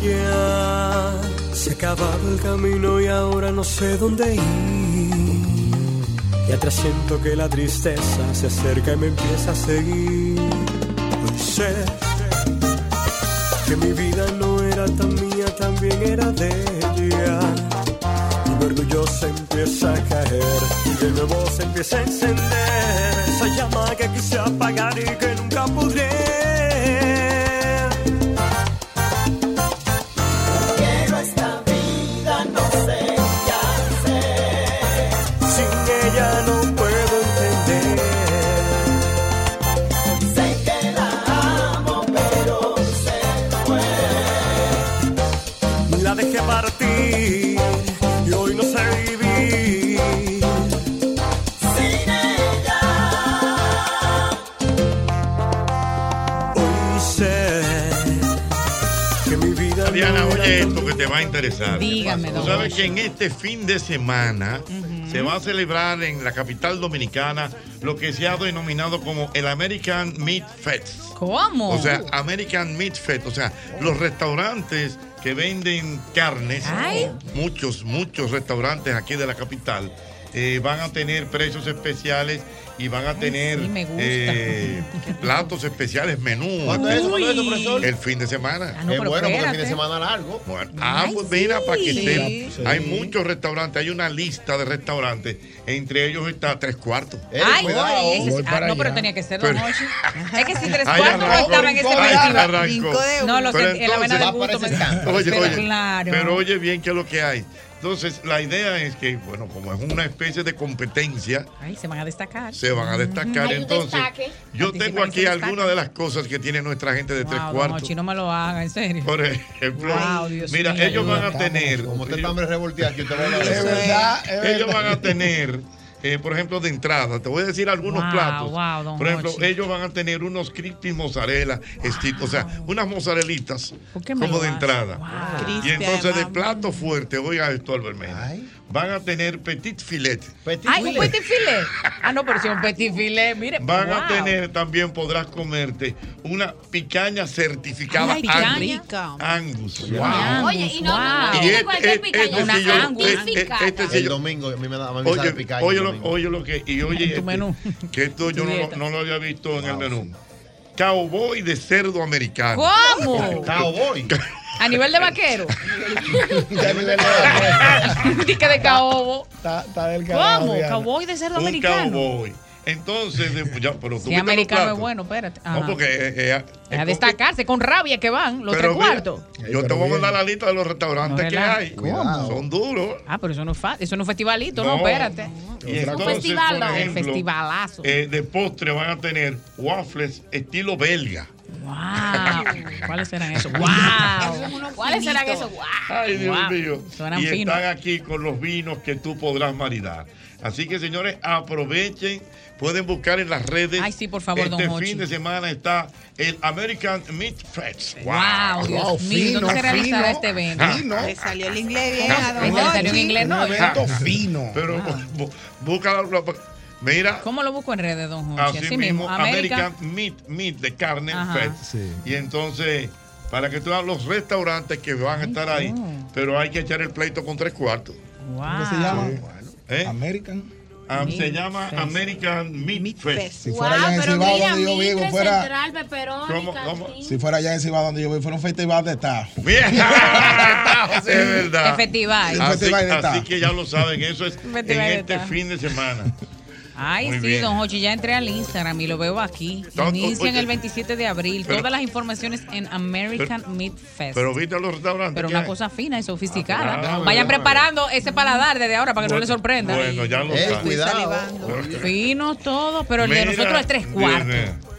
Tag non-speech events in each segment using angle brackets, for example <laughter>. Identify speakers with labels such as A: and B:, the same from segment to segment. A: ya se acababa el camino y ahora no sé dónde ir. Y atrás siento que la tristeza se acerca y me empieza a seguir. Hoy sé que mi vida no era tan mía, también era de ella. Y mi orgullo se empieza a caer y de nuevo se empieza a encender esa llama que quise apagar y que nunca podré.
B: Pero esta vida no sé qué hacer.
A: Sin ella no puedo entender
B: Sé que la amo, pero se
A: La dejé partir y hoy no sé vivir
B: sin ella.
A: Hoy sé que mi vida
C: Diana,
A: no era
C: oye
A: tan
C: esto que te va a interesar.
D: Dígame,
C: Tú
D: don
C: sabes
D: Jorge.
C: que en este fin de semana se va a celebrar en la capital dominicana lo que se ha denominado como el American Meat Fest.
D: ¿Cómo?
C: O sea, American Meat Fest. O sea, los restaurantes que venden carnes,
D: Ay.
C: muchos, muchos restaurantes aquí de la capital, eh, van a tener precios especiales y van a tener
D: sí, me gusta.
C: eh, platos especiales, menú.
E: ¿Cuándo es eso? ¿Cuándo es eso,
D: Uy.
E: profesor?
C: El fin de semana.
D: Ah, no,
E: es
D: pero
E: bueno porque el fin de
D: espérate.
E: semana largo.
C: Bueno, ah,
D: Ay,
C: pues mira, para que
D: sí.
C: sepa.
D: pues, Sí.
C: Hay muchos restaurantes, hay una lista de restaurantes. Entre ellos está Tres Cuartos.
E: Eh,
D: Ay,
E: cuidado.
D: oye, ese-
F: voy
D: ah,
F: para
D: no, pero
F: allá.
D: tenía que ser Don
C: Pero-
D: <laughs> Jorge. Es que si tres
C: Ahí
D: cuartos no
C: arrancó,
D: estaba en ese
C: ahí
D: festival.
C: arrancó.
D: No, lo
C: Pero
D: sentí, en la vena del
C: entonces-
D: gusto. me-
E: Va para ese campo.
C: Oye,
D: pero
C: oye,
D: claro.
C: pero oye bien que es lo que hay. Entonces, la idea es que, bueno, como es una especie de competencia,
D: Ay, se van a destacar.
C: se van a destacar.
G: Hay un
C: Entonces,
G: destaque.
C: yo
D: Participan
C: tengo
D: y se
C: aquí
D: destacan.
C: algunas de las cosas que tiene nuestra gente de Tres
D: Wow, don
C: Cuartos.
D: Jorge, no me lo haga, en serio.
C: Por ejemplo,
D: Wow, Dios
C: mira,
D: mío.
C: ellos van a
F: Estamos
C: tener.
E: Como usted
C: ellos-
E: está hombre revolteado, yo te voy a
F: Es
E: agradecer.
F: verdad, es
C: ellos
F: verdad.
C: van a tener, eh, por ejemplo, de entrada, te voy a decir algunos
D: Wow,
C: platos.
D: wow, don
C: por ejemplo,
D: Hochi.
C: ellos van a tener unos crispy mozzarella, esti- o sea, unas mozzarelitas
D: ¿Por qué me
C: como
D: lo
C: de
D: hace?
C: entrada.
D: Wow.
C: Y entonces de plato fuerte, oiga esto, Albert Mena,
E: Ay.
C: van a tener petit filet.
E: Petit
D: Ay, un
E: Willy.
D: petit filet. Ah, no, pero si es un petit filet, mire.
C: <laughs> Van a
D: wow.
C: tener también, podrás comerte una picaña certificada
D: Ay, picaña.
C: Angus.
H: Rica.
C: Angus.
D: Wow.
G: Oye, y no, no, no,
D: Wow.
C: Y
G: no
C: este-
G: cualquier
C: este-
G: picaña,
D: este
G: una
D: sí yo-
G: santificada.
C: este- este sí
E: El
C: yo-
E: domingo, a mí me da a mí me sale
C: Oye,
E: picaña.
C: oye,
E: el
C: lo,
E: domingo.
C: oye lo que. Y oye,
D: En tu
C: este,
D: menú.
C: que esto yo
D: Tu
C: no, lo-
D: dieta.
C: no lo había visto en el
E: Wow.
C: menú. Cowboy de cerdo americano. <laughs>
D: ¿Cómo?
E: Cowboy.
D: A nivel de vaquero.
F: Ya ni le da.
D: <laughs> Dique de caobo.
F: Está, está del carajo,
D: ¿Cómo?
F: Diana.
D: Cowboy de cerdo
C: un
D: americano.
C: cowboy. Entonces, de- ya, pero tú
D: Si
C: viste los
D: americano
C: platos.
D: es bueno, espérate.
C: No,
D: Ajá.
C: porque. eh, eh,
D: Es
C: eh,
D: a destacarse, con rabia que van, los
C: pero
D: tres
C: mira,
D: cuartos.
C: Yo te voy
F: pero
C: a
F: bien.
C: mandar la lista de los restaurantes
D: No
C: que
D: relaja.
C: hay.
E: ¿Cómo?
C: Son duros.
D: Ah, pero eso no es fácil, eso no es festivalito, no,
C: No.
D: espérate.
C: Y
F: Otra
C: entonces,
F: cosa.
G: festival,
C: por
G: ¿no?
D: El
C: ejemplo,
D: festivalazo.
C: eh, de postre van a tener waffles estilo belga. <laughs>
D: Wow. ¿Cuáles serán esos? Wow.
G: ¿Cuáles serán esos? Guau.
C: Ay, Dios
D: Wow,
C: mío.
D: suenan
C: y
D: finos.
C: están aquí con los vinos que tú podrás maridar. Así que, señores, aprovechen. Pueden buscar en las redes.
D: Ay, sí, por favor,
C: Este
D: don Hochi.
C: fin de semana está el American Meat Fest.
D: Wow, Dios
F: Wow,
D: mío.
F: fino,
D: ¿Dónde se realizará
F: fino.
D: este evento?
I: Ah,
C: Ah,
F: Fino.
H: Le salió el inglés bien a
D: le
H: Don
D: salió Ah, en
H: Hochi.
D: inglés, no.
F: Un evento fino. Ah.
C: Pero bu- bu- busca la- la- Mira,
D: ¿Cómo lo busco en redes, don Jorge?
C: así mismo, American Meat, Meat de carne
D: Ajá.
C: Fest.
F: Sí.
C: Y entonces, para que tú veas los restaurantes que van a estar ahí,
D: no.
C: pero hay que echar el pleito con tres cuartos.
D: Wow.
F: se llama?
C: ¿eh?
F: American.
C: Am- se
D: Meat
C: llama
D: Fest.
C: American Meat,
H: Meat
C: Fest.
H: Fest.
F: Si fuera
G: Guau,
F: allá en
G: pero
F: Cibao
G: mira,
F: donde yo
G: Mitre,
F: vivo, fuera.
G: Central, Pepperoni,
C: ¿Cómo, cómo?
G: Castillo.
F: Si fuera allá en Cibao donde yo vivo, fuera un festival de tajo.
C: Vieja, Ah, es verdad.
D: Festival.
F: Ah.
C: Así,
F: Festival de
C: así
F: tajo.
C: que ya lo saben, eso es en
D: <laughs> Festival de
C: este
D: tajo.
C: fin de semana.
D: Ay,
C: Muy
D: sí,
C: bien.
D: don Hochi, ya entré al Instagram y lo veo aquí.
C: No, no,
D: Inician
C: oye,
D: el 27 de abril.
C: pero-
D: Todas las informaciones en American Meat Fest.
C: Pero viste los restaurantes.
D: Pero
C: que
D: una
C: hay?
D: cosa fina y
C: Ah,
D: sofisticada.
C: claro,
D: Vayan
C: claro.
D: preparando ese paladar desde ahora para que no les sorprenda.
C: Bueno, ya lo
E: Eh,
C: saben.
E: cuidado.
D: Finos todos, pero el de
C: Mira,
D: nosotros es tres
C: Dios
D: cuartos.
C: mío.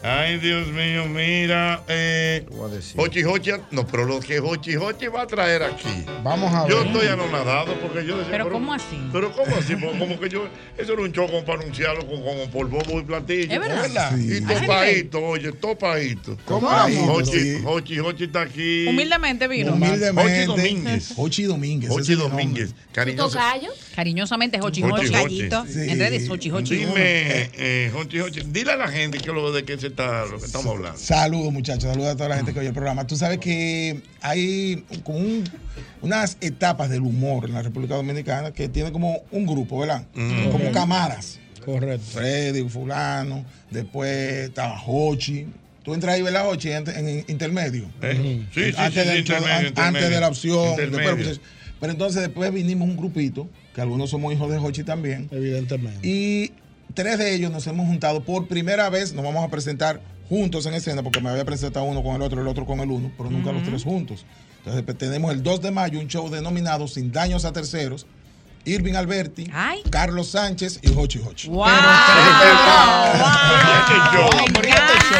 C: Ay, Dios mío, mira. Eh,
E: Voy a decir.
C: Hochi Hochi, no, pero lo que Hochi Hochi va a traer aquí.
F: Vamos a ver.
C: Yo estoy anonadado porque yo decía.
D: Pero, ¿cómo así?
C: Pero ¿cómo así? Porque como que yo. Eso era un show como para anunciarlo con, como por bobo y platillo.
D: Es verdad.
F: Sí.
C: Y topadito, oye, topadito.
F: ¿Cómo?
C: Hochi,
F: Sí.
C: Hochi, Hochi está aquí.
D: Humildemente vino.
F: Humildemente.
C: Ochi Domínguez.
F: Ochi Domínguez. ese
C: Hochi
F: es el nombre.
C: Domínguez. Cariñoso.
G: Tocayo.
D: Cariñosamente, Hochi
C: Hochi
D: Hochi.
C: Hochi.
H: Gallito.
F: Sí.
D: En redes, Hochi Hochi.
C: Dime, eh, Hochi Hochi, dile a la gente que lo de qué se está, lo que estamos hablando.
F: Saludos, muchachos. Saludos a toda la gente que oye el programa. Tú sabes que hay como un- unas etapas del humor en la República Dominicana que tiene como un grupo, ¿verdad?
H: Mm.
F: Como camaras.
H: Correcto.
F: Freddy, Fulano, después estaba Hochi. Tú entras ahí, ¿verdad, Hochi? En, en intermedio.
C: ¿Eh? Sí, sí,
F: antes,
C: sí,
F: de,
C: sí, intermedio,
F: an-
C: intermedio.
F: antes de la opción.
C: Intermedio.
F: después- pues, pero entonces después vinimos un grupito, que algunos somos hijos de Hochi también.
H: Evidentemente.
F: Y tres de ellos nos hemos juntado por primera vez, nos vamos a presentar juntos en escena, porque me había presentado uno con el otro, el otro con el uno, pero nunca los tres juntos. Entonces pues, tenemos el 2 de mayo un show denominado Sin Daños a Terceros. Irving Alberti, Carlos Sánchez y Hochi Hochi.
G: ¡Wow!
C: este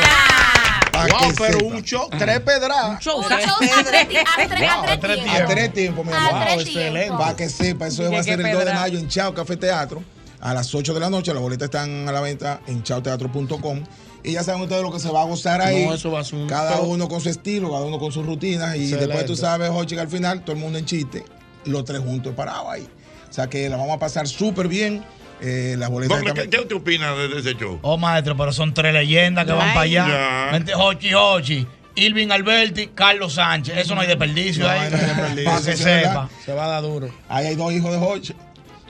F: Para
I: Wow,
F: que
I: pero
F: sepa.
I: un show, tres pedradas.
G: Un show, Un ¿sabes? show a tres- a tres- a tres
F: tiempos.
G: tiempos.
F: A tres tiempos, mi
G: A
F: amor.
G: tres Wow, excelente. tiempos.
F: Para que sepa, eso
G: Dije,
F: va a ser
G: qué
F: el 2 de
G: pedra.
F: mayo en Chao Café Teatro a las 8 de la noche. Las boletas están a la venta en chaoteatro.com. Y ya saben ustedes lo que se va a gozar ahí.
H: No, eso va a ser un
F: Cada
H: show.
F: uno con su estilo, cada uno con sus rutinas. Y
H: Excelente.
F: después tú sabes, Jochi, que al final todo el mundo en chiste, los tres juntos parados ahí. O sea que la vamos a pasar súper bien. Eh, las boletas
C: Gómez,
F: están-
C: ¿Qué, qué usted opina de, de ese show?
J: Oh, maestro, pero son tres leyendas que van
C: Ay.
J: para allá.
C: Ya.
J: Mente- Hochi Hochi, Irving Alberti, Carlos Sánchez. Eso no hay desperdicio ahí. Para que
F: Sí,
J: sepa.
F: Se va a dar duro. Ahí hay dos hijos de Jorge.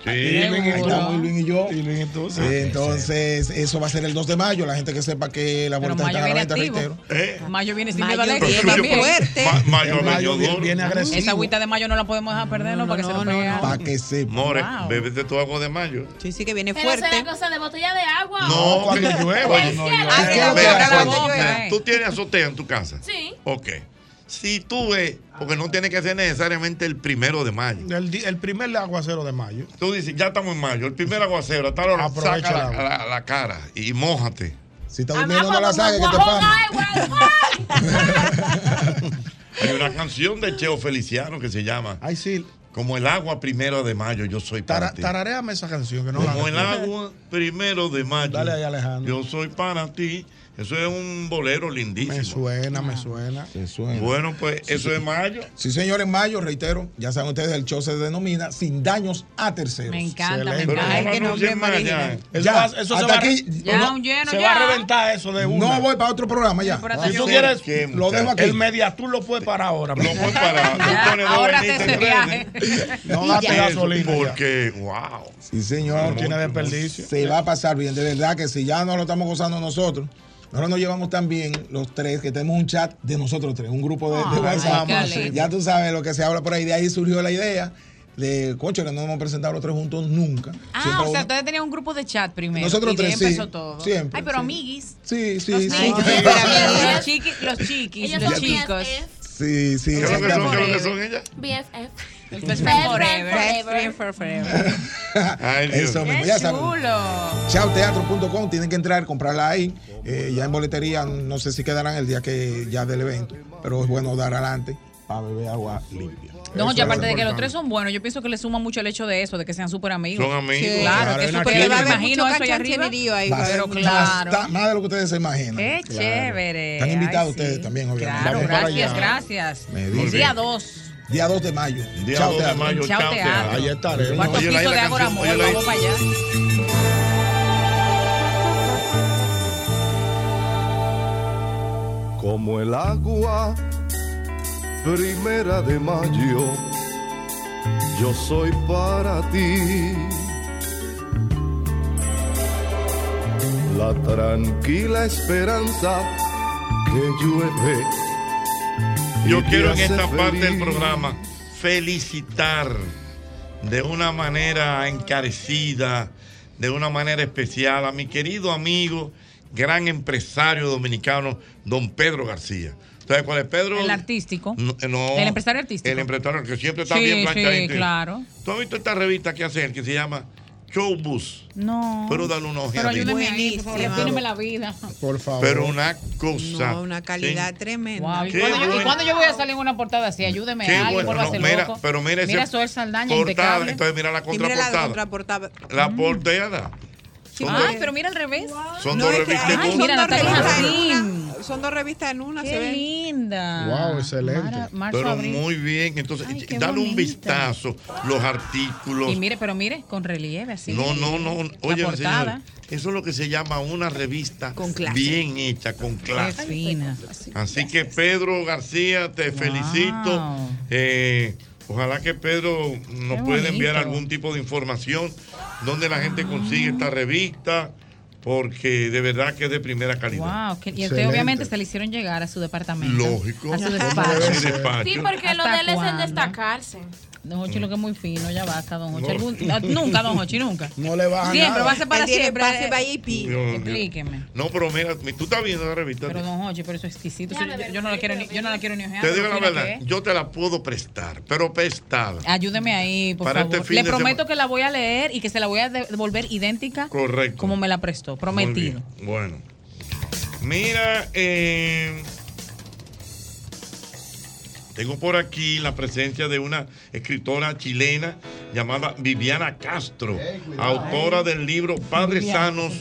F: Irving, ahí estamos Irving y yo. Eh, Entonces, eso va a ser el 2 de mayo. La gente que sepa que la
D: Pero
F: vuelta está
D: Mayo
F: a la
D: viene
F: venta,
D: activo.
F: reitero.
D: Mayo viene sin
G: Mayo
D: miedo a la
G: viene
D: alegría también.
G: fuerte.
C: Mayo
F: Mayo
C: Bellador.
F: viene agresivo.
D: Esa agüita de mayo no la podemos dejar perder, ¿no? Para que se nos pegue algo.
F: Para que sepa.
C: More,
D: Wow.
C: bébete tu agua de mayo.
K: Sí, sí, que viene
G: Pero
K: fuerte.
G: esa es la cosa de botella de agua.
C: No,
F: cuando
C: que-
F: llueva.
C: Oye,
F: No,
C: mira,
F: llueva. ¿Qué es lo que
C: mira,
F: haga
C: cuando-
F: cuando llueva?
C: mira, ¿eh? Tú tienes azotea en tu casa.
G: Sí.
C: Ok. Si tú ves, porque no tiene que ser necesariamente el primero de mayo.
H: El, di- el primer aguacero de mayo.
C: Tú dices, ya estamos en mayo, el primer aguacero, tal hora,
H: Aprovecha
C: saca la,
H: el agua.
C: la- la cara y mojate.
F: Si está
G: durmiendo, no la saques,
F: que te
C: Hay una canción de Cheo Feliciano que se llama
H: Ay, sí.
C: Como el agua primero de mayo, yo soy para
H: Tara-
C: ti.
H: tararéame esa canción que no la
C: Como el agua primero de mayo.
H: Dale ahí, Alejandro.
C: Yo soy para ti. Eso es un bolero lindísimo.
H: Me suena, me suena.
C: Bueno, pues eso es mayo.
F: Sí, señor, en mayo, reitero. Ya saben ustedes, el show se denomina Sin Daños a Terceros.
D: Me encanta, me
H: Excelente.
D: encanta.
K: Ay, qué nombre
C: anuncien más
K: más
C: ya.
K: original.
H: Eso
F: Ya,
H: va- eso se
F: hasta
H: va a-
F: aquí-
D: Ya,
H: no,
D: un lleno,
H: se
D: ya.
H: va a reventar eso de una.
F: No voy para otro programa ya.
D: Pero
H: si tú
D: atención.
H: quieres,
C: Qué
F: lo dejo aquí.
H: el mediatur lo puede parar ahora.
C: Lo fue para. Tú pones dos
D: Ahórrate
C: venitas
D: ese
C: y tres,
D: viaje.
C: ¿eh?
H: No gaste
C: Eso,
H: gasolina. ya.
C: Porque, wow.
F: Sí, señor.
H: No tiene desperdicio.
F: Se va a pasar bien, de verdad que si ya no lo estamos gozando nosotros, nosotros nos llevamos tan bien los tres, que tenemos un chat de nosotros tres, un grupo de, de
D: Ay,
F: WhatsApp.
D: Ah, qué alegre.
F: Ya tú sabes lo que se habla por ahí, de ahí surgió la idea de, concho, que no hemos presentado los tres juntos nunca.
D: Ah,
F: Siempre
D: o sea,
F: uno-
D: ustedes tenían un grupo de chat primero.
F: Nosotros
D: y de ahí
F: tres, sí.
D: empezó todo.
F: Siempre,
D: Ay, pero
F: sí.
D: amiguis.
F: Sí,
D: Los
F: sí, sí.
D: niños. Los chiquis, los chiquis,
G: Ellos
D: los
G: son
D: chicos.
G: BFF.
F: Sí, sí,
C: ¿Qué es lo que son, qué es lo que
F: exactamente.
C: son ellas?
G: BFF.
D: Esto es
G: Best friend
D: Pues forever.
G: forever.
C: Ay, Dios.
F: Eso mismo,
D: Qué
F: ya saben.
D: chulo.
F: Chaoteatro.com, tienen que entrar, comprarla ahí. Eh, ya en boletería, no sé si quedarán el día que ya del evento, pero es bueno dar adelante para beber agua limpia.
D: No,
F: Eso
D: y
F: es
D: aparte de que
F: importante.
D: los tres son buenos, yo pienso que le suma mucho el hecho de eso, de que sean súper amigos.
C: Son amigos.
K: Sí.
D: Claro,
F: Claro,
D: que
F: hay
D: es
F: una
D: súper
F: química.
D: Yo me
F: Va a haber
D: imagino eso allá arriba.
K: chanchanerío ahí,
F: Va a
K: va a haber
F: ser
D: Pero
K: mucho-
D: claro.
F: basta- más de lo que ustedes se imaginan.
D: Qué
F: Claro.
D: chévere.
F: Están
D: Ay,
F: invitados
D: sí.
F: ustedes también, obviamente.
D: Claro,
F: Vamos para
D: gracias,
F: allá.
D: gracias.
F: Me
C: Muy
F: dice.
D: Día 2.
F: Día 2 de mayo.
C: Día
F: Chao,
C: 2 de
F: teatro.
C: mayo,
D: Chao,
C: chao,
D: teatro.
C: teatro.
H: Ahí estaremos.
D: Cuarto
C: Oye, la-
D: piso
C: la
D: de Ágora
C: canción,
D: Amor,
C: oye, la-
D: vamos para allá.
A: como el agua, primera de mayo, yo soy para ti. La tranquila esperanza que llueve. y
C: Yo
A: te
C: quiero en
A: hace
C: esta parte del
A: feliz.
C: programa felicitar de una manera encarecida, de una manera especial a mi querido amigo, gran empresario dominicano, don Pedro García. ¿Sabes cuál es Pedro?
D: El artístico.
C: No, no.
D: El empresario artístico.
C: El empresario que siempre está bien
D: Sí,
C: planchadito.
D: sí, claro.
C: ¿Tú has visto esta revista que hacen que se llama Showbus?
D: No.
C: Pero dale una
D: Ah. Pero
C: ojeadita.
D: ayúdeme ahí, por favor,
K: Buenísima.
D: refírmeme la vida.
H: Por favor.
C: Pero una cosa.
K: No, una calidad
C: Sí.
K: tremenda.
D: Wow, ¿Y,
C: Qué
D: cuando yo, y
C: bueno.
D: cuándo yo voy a salir en una portada así? Ayúdeme
C: Qué
D: a alguien,
C: bueno,
D: vuélvase
C: no, mira,
D: loco.
C: pero mira ese-
D: Mira Sol Saldaña,
C: portada.
D: impecable.
C: Entonces mira la
K: Y mira la
C: contraportada.
K: contraportada.
C: La portada.
K: Sí,
C: Son
D: Ay,
C: dos-
D: pero Mm. mira al revés.
C: Son
K: No,
C: dos
K: es que-
C: revistas.
K: ay,
D: Ay, mira,
K: son dos
D: Natalia
K: revistas.
D: Jacín.
I: son dos revistas en una.
D: Qué
I: se ven.
D: linda.
C: Wow, excelente.
D: Mara- marzo,
C: Pero
D: abril.
C: muy bien, entonces
D: qué
C: dale un
D: bonita.
C: vistazo, los artículos.
D: Y mire, pero mire, con relieve así.
C: No, no, no. Oye,
D: la portada.
C: señor, eso es lo que se llama una revista
D: Con clase.
C: bien hecha, con
D: Qué
C: clase.
D: fina.
K: pues,
C: Así que Pedro García, te felicito. Eh, ojalá que Pedro nos pueda
D: Qué bonito.
C: enviar algún tipo de información donde la gente consigue esta revista, porque de verdad que es de primera calidad.
D: Wow, que- y a usted
C: Excelente.
D: obviamente se le hicieron llegar a su departamento.
C: Lógico.
D: A su
C: Como
D: despacho.
C: debe ser. Despacho.
G: Sí, porque lo
D: ¿Hasta
G: de él es el
D: cuándo?
G: destacarse.
D: Don Hochi, lo que es muy fino, ya basta, don Hochi.
F: No.
D: Algún- ah, Nunca, don Hochi, nunca.
F: No le baja
D: Siempre,
F: nada.
D: va a ser para
I: Él tiene-
D: siempre.
I: va a ser para IP.
C: Dios mío.
D: Explíqueme.
C: No, pero mira, tú estás viendo la revista.
D: Pero don Hochi, pero eso es exquisito. Eso- yo, yo no la quiero ni, yo no la quiero ni ojear.
C: Te digo la
D: Mira
C: verdad,
D: qué es.
C: yo te la puedo prestar, pero prestada.
D: Ayúdeme ahí, por
C: Para este
D: favor.
C: fin
D: Le
C: de semana.
D: prometo que la voy a leer y que se la voy a de- devolver idéntica
C: Correcto.
D: como me la prestó. Prometido.
C: Muy bien, Bueno. Mira, eh, tengo por aquí la presencia de una escritora chilena llamada Viviana Castro, autora del libro Padres
D: Viviana,
C: Sanos.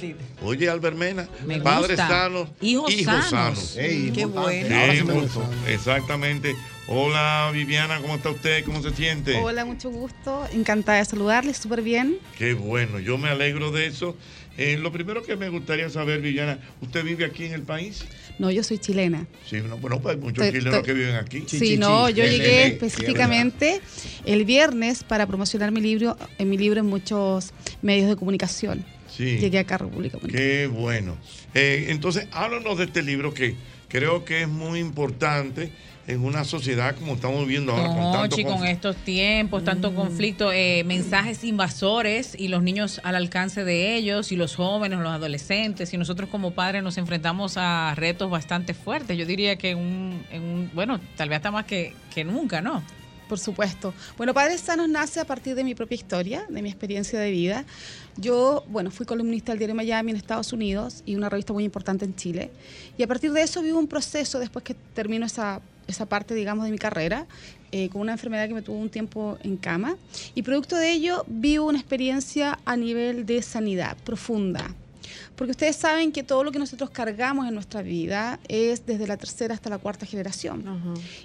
C: Oye, Albermena,
D: Me
C: Padres
D: gusta.
C: Sanos,
D: Hijos sanos. Ey, Qué importante. bueno. Ahora sí me
C: Tiempos, Exactamente. Hola Viviana, ¿cómo está usted? ¿Cómo se siente?
K: Hola, mucho gusto. Encantada de saludarles, súper bien.
C: Qué bueno, yo me alegro de eso. Eh, lo primero que me gustaría saber, Viviana, ¿usted vive aquí en el país?
K: No, yo soy chilena.
C: Sí, no, bueno, pues hay muchos
K: Te-
C: chilenos
K: te-
C: que viven aquí.
K: Sí, no, yo llegué específicamente el viernes para promocionar mi libro, en mi libro en muchos medios de comunicación.
C: Sí.
K: Llegué acá a República Dominicana.
C: Qué bueno. Eh, entonces, háblanos de este libro que creo que es muy importante en una sociedad como estamos viviendo ahora.
D: Don
C: con tanto
D: Hochi, con
C: conflicto.
D: estos tiempos, tanto conflicto, eh, mensajes invasores y los niños al alcance de ellos, y los jóvenes, los adolescentes, y nosotros como padres nos enfrentamos a retos bastante fuertes. Yo diría que en un, en un- bueno, tal vez hasta más que, que nunca, ¿no?
K: Por supuesto. Bueno, Padres Sanos nace a partir de mi propia historia, de mi experiencia de vida. Yo, bueno, fui columnista del diario Miami en Estados Unidos y una revista muy importante en Chile. Y a partir de eso vivo un proceso después que termino esa, esa parte, digamos, de mi carrera, eh, con una enfermedad que me tuvo un tiempo en cama. Y producto de ello vivo una experiencia a nivel de sanidad profunda. Porque ustedes saben que todo lo que nosotros cargamos en nuestra vida es desde la tercera hasta la cuarta generación.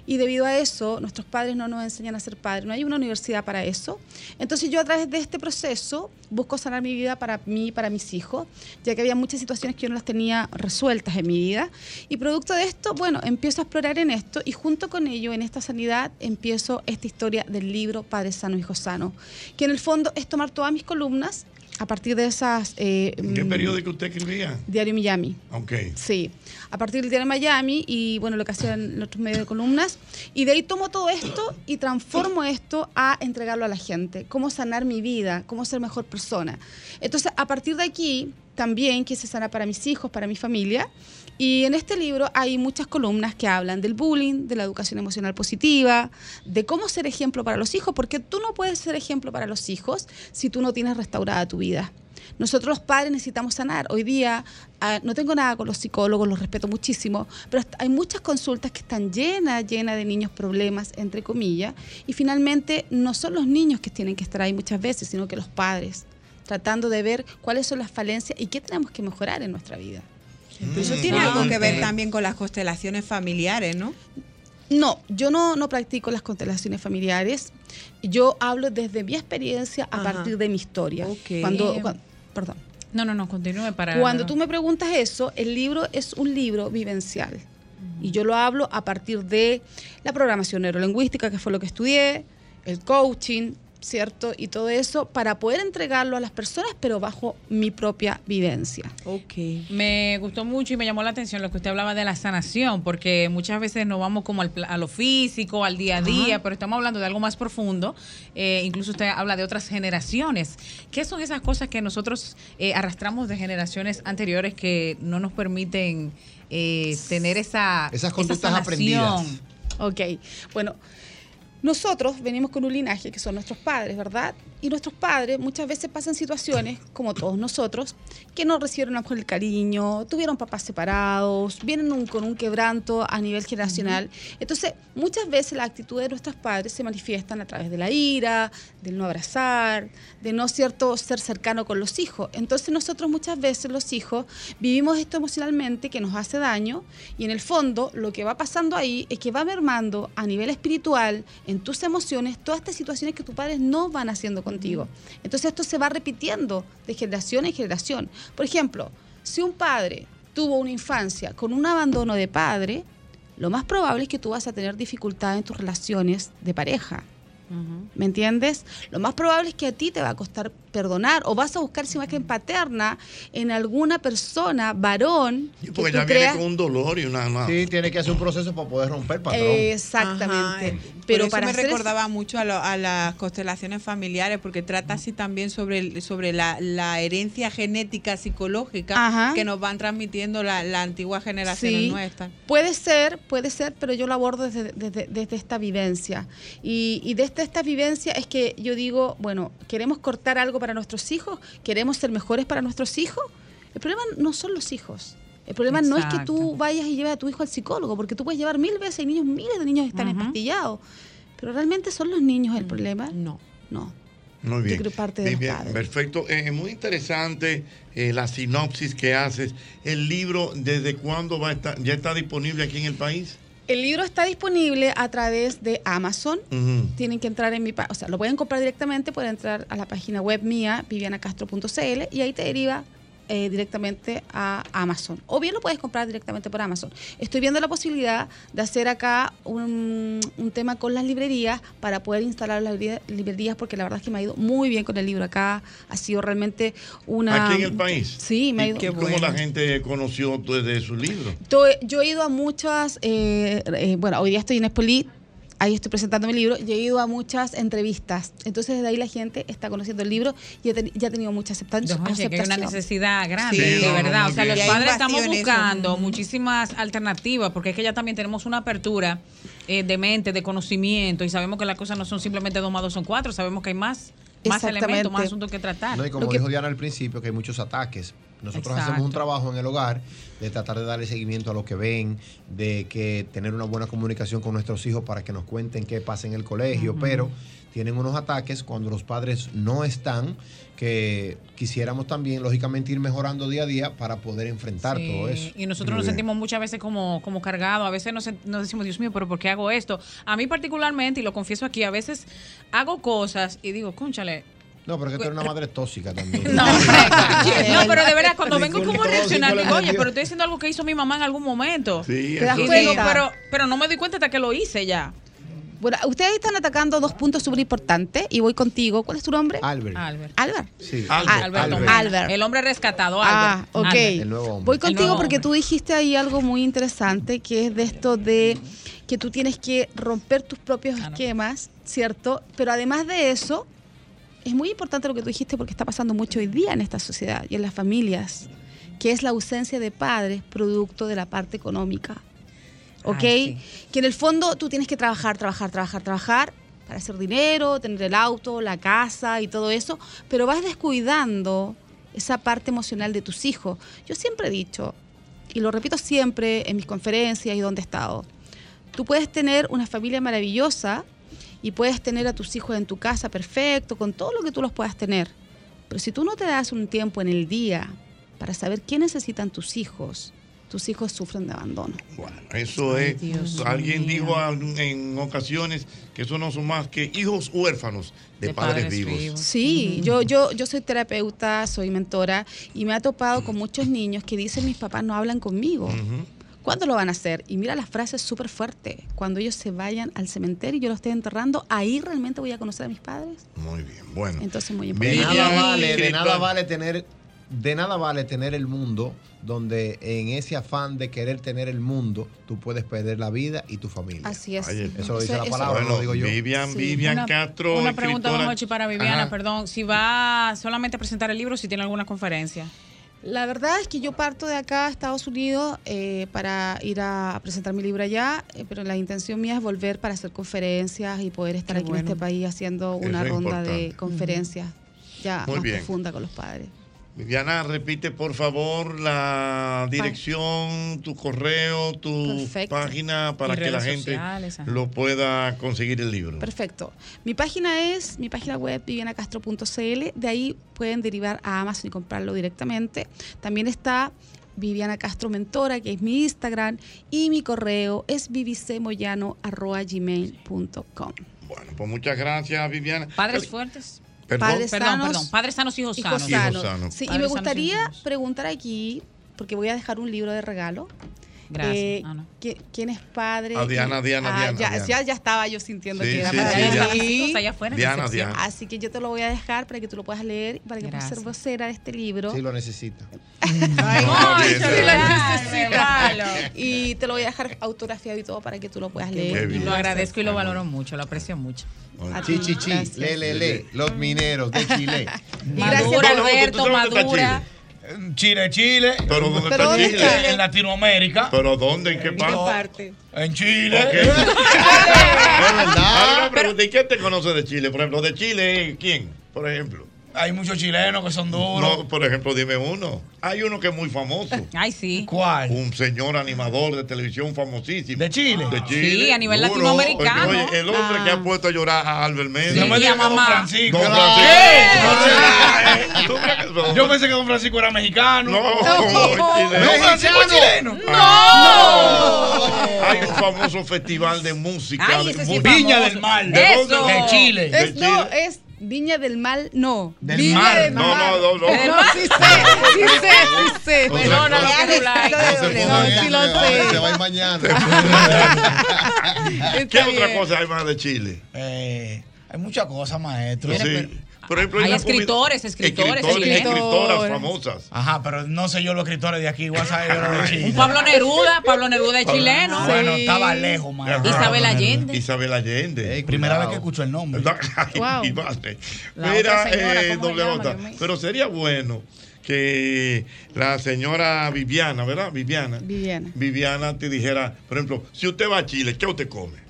K: Y debido a eso, nuestros padres no nos enseñan a ser padres, no hay una universidad para eso. Entonces yo a través de este proceso busco sanar mi vida para mí y para mis hijos, ya que había muchas situaciones que yo no las tenía resueltas en mi vida. Y producto de esto, bueno, empiezo a explorar en esto y junto con ello, en esta sanidad, empiezo esta historia del libro Padre Sano, Hijo Sano, que en el fondo es tomar todas mis columnas a partir de esas... eh,
C: ¿Qué
K: mm,
C: periódico usted escribía?
K: Diario Miami.
C: Ok.
K: Sí, a partir del diario Miami y bueno, lo que hacían nuestros medios de columnas. Y de ahí tomo todo esto y transformo esto a entregarlo a la gente. Cómo sanar mi vida, cómo ser mejor persona. Entonces, a partir de aquí, también quise sanar para mis hijos, para mi familia. Y en este libro hay muchas columnas que hablan del bullying, de la educación emocional positiva, de cómo ser ejemplo para los hijos, porque tú no puedes ser ejemplo para los hijos si tú no tienes restaurada tu vida. Nosotros los padres necesitamos sanar. Hoy día ah, no tengo nada con los psicólogos, los respeto muchísimo, pero est- hay muchas consultas que están llenas, llenas de niños problemas, entre comillas, y finalmente no son los niños que tienen que estar ahí muchas veces, sino que los padres, tratando de ver cuáles son las falencias y qué tenemos que mejorar en nuestra vida.
D: Mm,
I: Eso tiene algo que ver también con las constelaciones familiares, ¿no?
K: No, yo no, no practico las constelaciones familiares. Yo hablo desde mi experiencia a
D: Ajá.
K: partir de mi historia. Cuando, cuan- perdón.
D: No, no, no, continúe para.
K: Cuando tú me preguntas eso, el libro es un libro vivencial. Y yo lo hablo a partir de la programación neurolingüística, que fue lo que estudié, el coaching, ¿cierto? Y todo eso para poder entregarlo a las personas, pero bajo mi propia vivencia.
I: Ok.
D: Me gustó mucho y me llamó la atención lo que usted hablaba de la sanación, porque muchas veces nos vamos como al pla- a lo físico, al día a día, pero estamos hablando de algo más profundo. Eh, incluso usted habla de otras generaciones. ¿Qué son esas cosas que nosotros eh, arrastramos de generaciones anteriores que no nos permiten eh, tener esa
E: Esas
D: esa
E: conductas
D: sanación?
E: aprendidas.
K: Ok, bueno, Nosotros venimos con un linaje que son nuestros padres, ¿verdad? Y nuestros padres muchas veces pasan situaciones, como todos nosotros, que no recibieron amor el cariño, tuvieron papás separados, vienen un- con un quebranto a nivel generacional. Entonces, muchas veces la actitud de nuestros padres se manifiestan a través de la ira, del no abrazar, de no cierto ser cercano con los hijos. Entonces, nosotros muchas veces los hijos vivimos esto emocionalmente que nos hace daño y en el fondo lo que va pasando ahí es que va mermando a nivel espiritual, en tus emociones, todas estas situaciones que tus padres no van haciendo contigo. Entonces esto se va repitiendo de generación en generación. Por ejemplo, si un padre tuvo una infancia con un abandono de padre, lo más probable es que tú vas a tener dificultad en tus relaciones de pareja. ¿Me entiendes? Lo más probable es que a ti te va a costar perdonar o vas a buscar esa imagen paterna en alguna persona, varón. que
C: Porque
K: tú
C: ya viene
K: creas-
C: con un dolor y una. una-
E: Sí, tiene que hacer un proceso para poder romper el patrón.
C: Eh,
K: Exactamente.
I: Pero
K: Pero
I: eso
K: para
I: me
K: hacer ese-
I: recordaba mucho a, lo- a las constelaciones familiares porque trata así también sobre, el- sobre la, la herencia genética psicológica
K: Ajá.
I: que nos van transmitiendo la, la antigua generación
K: Sí.
I: nuestra.
K: Puede ser, puede ser, pero yo lo abordo desde, desde- desde esta vivencia. Y, y desde esta vivencia es que yo digo, bueno, ¿queremos cortar algo para nuestros hijos? ¿Queremos ser mejores para nuestros hijos? El problema no son los hijos. El problema no es que tú vayas y lleves a tu hijo al psicólogo, porque tú puedes llevar mil veces, hay niños, miles de niños que están empastillados. Pero realmente son los niños
I: Mm,
K: el problema. No. No.
C: Muy bien.
K: creo parte
C: Muy
K: de los
C: bien,
K: padres.
C: Perfecto. Eh, muy interesante eh, la sinopsis que haces. El libro, ¿desde cuándo va a estar? ¿Ya está disponible aquí en el país?
K: El libro está disponible a través de Amazon.
C: Ujú.
K: tienen que entrar en mi página, o sea, lo pueden comprar directamente, pueden entrar a la página web mía, vivianacastro.cl, y ahí te deriva eh, directamente a Amazon. O bien lo puedes comprar directamente por Amazon. Estoy viendo la posibilidad de hacer acá un, un tema con las librerías para poder instalar las librería- librerías, porque la verdad es que me ha ido muy bien con el libro acá. Ha sido realmente una...
C: Aquí en el país.
K: Sí, me ha
C: ¿Y
K: ido...
C: ¿Cómo la gente conoció desde su libro?
K: To- Yo he ido a muchas, eh, eh, bueno, hoy día estoy en Espolí, ahí estoy presentando mi libro, y he ido a muchas entrevistas. Entonces desde ahí la gente está conociendo el libro y he teni- ya ha tenido mucha acepta-
D: Oye,
K: aceptación.
D: que hay una necesidad grande,
K: Sí,
D: de
K: no, no,
D: verdad.
K: no,
D: o sea,
K: sí.
D: los
K: Y hay
D: padres
K: un
D: estamos
K: vacío en eso.
D: buscando muchísimas alternativas, porque es que ya también tenemos una apertura eh, de mente, de conocimiento, y sabemos que las cosas no son simplemente dos más dos son cuatro, sabemos que hay más, más
E: Exactamente.
D: elementos, más asuntos que tratar.
E: No, y como
D: Lo que-
E: dijo Diana al principio, que hay muchos ataques. Nosotros
D: Exacto.
E: hacemos un trabajo en el hogar de tratar de darle seguimiento a lo que ven, de que tener una buena comunicación con nuestros hijos para que nos cuenten qué pasa en el colegio,
L: Ujú.
E: pero tienen unos ataques cuando los padres no están, que quisiéramos también, lógicamente, ir mejorando día a día para poder enfrentar
D: Sí,
E: todo eso.
D: Y nosotros nos sentimos muchas veces como, como cargados, a veces nos, sent- nos decimos, Dios mío, pero ¿por qué hago esto? A mí particularmente, y lo confieso aquí, a veces hago cosas y digo, cónchale.
E: No, pero es que tú eres una madre
D: <laughs>
E: tóxica también.
D: No,
K: <laughs>
D: no, pero de verdad, cuando vengo como a
E: Tóxico,
D: reaccionar, digo,
E: tóxico,
D: oye, pero estoy haciendo algo que hizo mi mamá en algún momento.
E: Sí,
D: Y
E: eso
D: digo,
E: sí.
D: pero, pero no me doy cuenta hasta que lo hice ya.
K: Bueno, ustedes están atacando dos puntos súper importantes y voy contigo. ¿Cuál es tu nombre?
E: Albert.
D: Albert.
K: Albert.
E: Sí.
K: Albert. Alberto Mena. Albert.
D: El hombre rescatado,
K: Ah,
D: Albert.
K: ok.
D: Albert.
K: Voy contigo porque tú dijiste ahí algo muy interesante, que es de esto de que tú tienes que romper tus propios esquemas, ¿cierto? Pero además de eso, es muy importante lo que tú dijiste porque está pasando mucho hoy día en esta sociedad y en las familias, que es la ausencia de padres producto de la parte económica. ¿Ok?
I: Ay,
K: Que en el fondo tú tienes que trabajar, trabajar, trabajar, trabajar para hacer dinero, tener el auto, la casa y todo eso, pero vas descuidando esa parte emocional de tus hijos. Yo siempre he dicho, y lo repito siempre en mis conferencias y donde he estado, tú puedes tener una familia maravillosa y puedes tener a tus hijos en tu casa perfecto, con todo lo que tú los puedas tener, pero si tú no te das un tiempo en el día para saber qué necesitan tus hijos, tus hijos sufren de abandono.
C: Eso
K: Ay,
C: es.
K: Dios
C: alguien
K: mío.
C: dijo al- en ocasiones que eso no son más que hijos huérfanos de, padres, vivos.
K: Sí, yo, yo, yo soy terapeuta, soy mentora y me ha topado con muchos niños que dicen mis papás no hablan conmigo. ¿Cuándo lo van a hacer? Y mira las frases súper fuertes. Cuando ellos se vayan al cementerio y yo los esté enterrando, ahí realmente voy a conocer a mis padres.
C: Muy bien, bueno.
K: Entonces muy
E: De
K: importante.
E: nada vale, de
C: Cristóbal.
E: nada vale tener, de nada vale tener el mundo donde en ese afán de querer tener el mundo tú puedes perder la vida y tu familia.
K: Así es.
E: Oye, eso lo dice
K: Eso-
E: la
K: eso-
E: palabra, no lo digo yo.
C: Vivian, Vivian
D: Una-
C: Castro.
D: Una pregunta, don
C: escritora.
D: Hochi, para Viviana,
C: Ajá.
D: perdón. Si va solamente a presentar el libro, o si tiene alguna conferencia.
K: La verdad es que yo parto de acá a Estados Unidos eh, para ir a presentar mi libro allá, eh, pero la intención mía es volver para hacer conferencias y poder estar
D: Qué
K: aquí en
D: bueno.
K: este país haciendo
C: Eso
K: una
C: es
K: ronda de
C: importante.
K: conferencias ya
C: Muy
K: más
C: bien.
K: profunda con los padres.
C: Viviana, repite por favor la dirección, tu correo, tu
K: Perfecto.
C: página para
K: Y
C: que la
K: redes
C: gente
K: sociales, ajá.
C: lo pueda conseguir el libro.
K: Perfecto. Mi página es, mi página web vivianacastro.cl, de ahí pueden derivar a Amazon y comprarlo directamente. También está Viviana Castro Mentora, que es mi Instagram, y mi correo es vivicmoyano.gmail.com.
C: Bueno, pues muchas gracias, Viviana.
D: Padres
C: Eh,
D: fuertes.
C: Perdón.
K: Padres
D: Perdón,
K: sanos,
D: perdón. Padres sanos, hijos
K: hijos
D: sanos.
C: sanos.
K: Sí, y
D: Padres
K: me
D: sanos,
K: gustaría preguntar aquí, porque voy a dejar un libro de regalo.
D: Gracias.
K: Eh,
D: Ah, no.
K: ¿qui- ¿Quién es padre?
C: A Diana,
K: Y-
C: Diana,
K: Ah,
C: Diana,
K: ya,
C: Diana.
K: Ya, ya estaba yo sintiendo
C: Sí,
K: que era
C: sí,
K: para
C: sí, ya.
K: mí.
D: Los allá afuera en
C: Diana, recepción. Diana.
K: Así que yo te lo voy a dejar para que tú lo puedas leer, para que puedas ser vocera de este libro.
E: Sí, lo necesita.
K: <laughs> Ay,
E: bien,
K: yo sí
E: bien.
K: la necesito.
D: Regalo.
K: Y te lo voy a dejar autografiado y todo para que tú lo puedas
D: Qué
K: leer.
D: Lo agradezco y lo valoro mucho, lo aprecio mucho.
K: A ti.
E: Chi, chi, chi,
K: Gracias.
E: le, le, le, los mineros de Chile.
D: Madura, Alberto, madura.
J: Chile, Chile.
C: ¿Pero dónde
J: ¿Pero
C: está
J: dónde
C: Chile?
J: está? En Latinoamérica.
C: ¿Pero dónde? ¿En qué parte?
J: En Chile. <laughs>
C: Ahora una pregunta, ¿y quién te conoce de Chile? Por ejemplo, de Chile, ¿quién? Por ejemplo.
J: Hay muchos chilenos que son duros.
C: No, por ejemplo, dime uno. Hay uno que es muy famoso.
D: Ay, sí.
J: ¿Cuál?
C: Un señor animador de televisión famosísimo. ¿De
J: Chile?
C: De Chile.
D: Sí, a nivel
C: Duro.
D: latinoamericano. Ah.
C: Oye, el hombre que ha puesto a llorar a Albert Mena.
J: No me digas que Don Francisco.
C: Don
J: ¡Eh!
C: Francisco.
J: Yo pensé que Don Francisco era mexicano.
C: No, chileno.
J: Don Francisco es chileno.
C: Hay un famoso festival de música.
K: Ay,
C: de
K: ese sí es
C: música.
J: Viña del Mar.
C: ¿De
K: Eso.
C: dónde?
K: Es,
C: De
K: No,
C: Chile.
K: es Viña del Mal, no.
C: Del
K: Viña
C: Mar.
K: del
C: No,
K: Mar.
C: no, no, no.
K: No, sí sé, sí sé, sí sé.
C: Otra Perdona, cosa. No
K: Ya,
C: se
K: No,
C: pongan
K: sí
C: en-
K: lo sé.
E: Se va a ir mañana.
C: ¿Qué
J: Está
C: otra
J: bien.
C: cosa hay más de Chile?
J: Eh, hay muchas cosas, maestro.
C: Mira, Sí. pero- Por ejemplo,
J: hay
C: una
J: escritores,
C: comida-
J: escritores,
C: escritores,
J: escritores.
C: escritoras famosas.
J: Ajá, pero no sé yo los escritores de aquí, igual sabes yo los de Chile.
C: <laughs>
D: Pablo Neruda, Pablo Neruda es
C: Ah,
D: chileno.
J: Bueno, estaba lejos, maestro.
D: Isabel Allende.
C: Isabel Allende.
J: Primera vez que escucho el nombre.
C: <laughs> Ay,
D: Wow.
C: mi madre.
J: La
C: Mira,
J: otra señora,
C: eh,
J: ¿cómo se
C: doble
J: llama?
C: nota.
J: Dios mío.
C: Pero sería bueno que la señora Viviana, ¿verdad? Viviana.
K: Viviana.
C: Viviana te dijera, por ejemplo, si usted va a Chile, ¿qué usted come?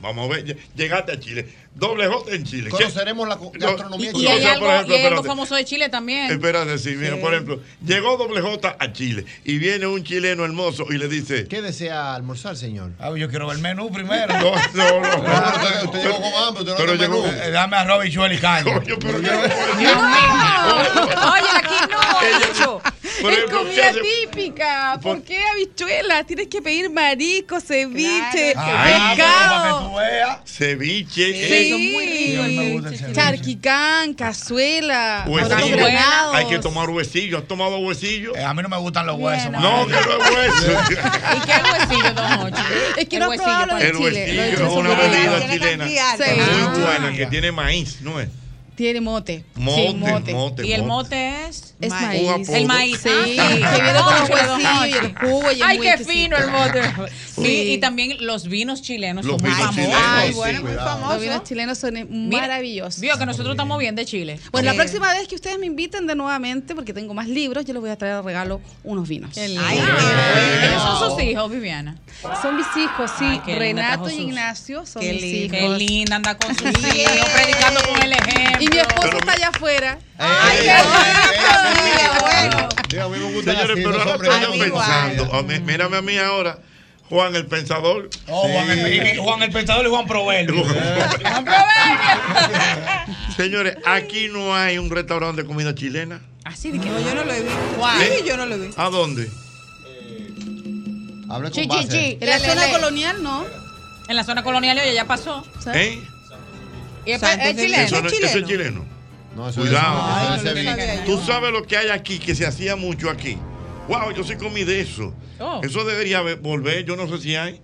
C: Vamos a ver, lle- llegaste a Chile. Doble J en Chile. ¿Qué-
E: Conoceremos la co-
C: No,
E: gastronomía
D: Y hay
C: sea, por ejemplo,
D: algo, y hay algo
C: espérate.
D: famoso de Chile también.
C: Espérate, sí, mira,
D: Sí.
C: por ejemplo, llegó Doble J a Chile y viene un chileno hermoso y le dice.
E: ¿Qué desea almorzar, señor?
J: Ah, yo quiero ver el menú primero.
C: No, no, no.
E: usted, usted llegó con hambre, usted no
J: Pero
E: tiene
J: llegó-
E: menú.
J: Eh, Dame arroz, bichuela y
K: Oye,
J: caña.
K: aquí
C: <laughs>
K: no.
J: por
K: es
J: ejemplo, ¿qué
K: comida
J: hace-
K: típica. ¿Por qué habichuelas? Tienes que pedir marisco, ceviche,
C: Ay,
K: pescado.
C: Ceviche.
K: Sí,
C: eh,
K: charquicán, cazuela, porotos
C: Huesillo.
K: granados.
C: Hay que tomar huesillo. ¿Has tomado huesillo?
J: Eh, a mí no me gustan los huesos.
C: No, que no es hueso.
D: ¿Y qué huesillo, don Ocho?
K: Es que no
D: El
K: has probado lo de
C: El
K: Chile. lo de
C: huesillo pues.
K: Chile
C: es
K: son
C: una
K: muy
C: bebida
K: ricas.
C: chilena
K: Sí.
C: muy buena que tiene maíz, ¿no es?
K: Tiene mote.
C: Mote,
K: Sí,
C: mote,
D: Y el mote es.
K: Es
C: Maíz.
K: maíz.
C: Un
D: El maíz.
K: Sí, que viene con los huesillos y el jugo y el
D: Ay, qué
K: huequecito.
D: fino el mote. Sí,
K: Sí.
D: y también los vinos chilenos
C: Los
D: son muy
C: vinos
D: famosos.
C: chilenos, Ay, sí, bueno, muy cuidado. famosos.
K: Los vinos chilenos son eh,
D: Mira,
K: maravillosos.
D: Vio que nosotros estamos bien de Chile.
K: Bueno, la próxima vez que ustedes me inviten de nuevamente, porque tengo más libros, yo les voy a traer de regalo unos vinos.
D: Qué lindo. Esos son sus hijos, Viviana.
K: Son mis hijos, sí.
D: Ay, qué linda,
K: Renato
D: trajo sus-
K: y Ignacio son
D: Qué
K: mis
D: linda,
K: hijos.
D: qué linda, anda con sus hijos, predicando con el ejemplo.
K: Y mi esposo está allá afuera.
C: Señores, pero ahora estoy yo pensando. a mí- Mírame a mí ahora. Juan el Pensador.
J: Oh, Juan, el, y- y Juan el Pensador y Juan Proverbio. Eh.
C: Señores, aquí no hay un restaurante de comida chilena.
D: Así de que no, yo no lo he visto.
C: ¿Eh?
I: Yo no lo he visto.
C: ¿A dónde?
E: Habla
D: Chi, chi, chi.
K: En la
D: Le,
K: zona
D: le.
K: colonial, ¿no?
D: En la zona colonial, oye, ya pasó.
C: ¿Eh?
D: Y es,
K: Santo
D: Eh, es
K: Domingo.
D: chileno.
C: Eso, no- eso es chileno. Cuidado. Tú sabes lo que hay aquí, que se hacía mucho aquí. Wow, yo sí comí de eso.
J: Oh.
C: Eso debería haber- volver, yo no sé si hay.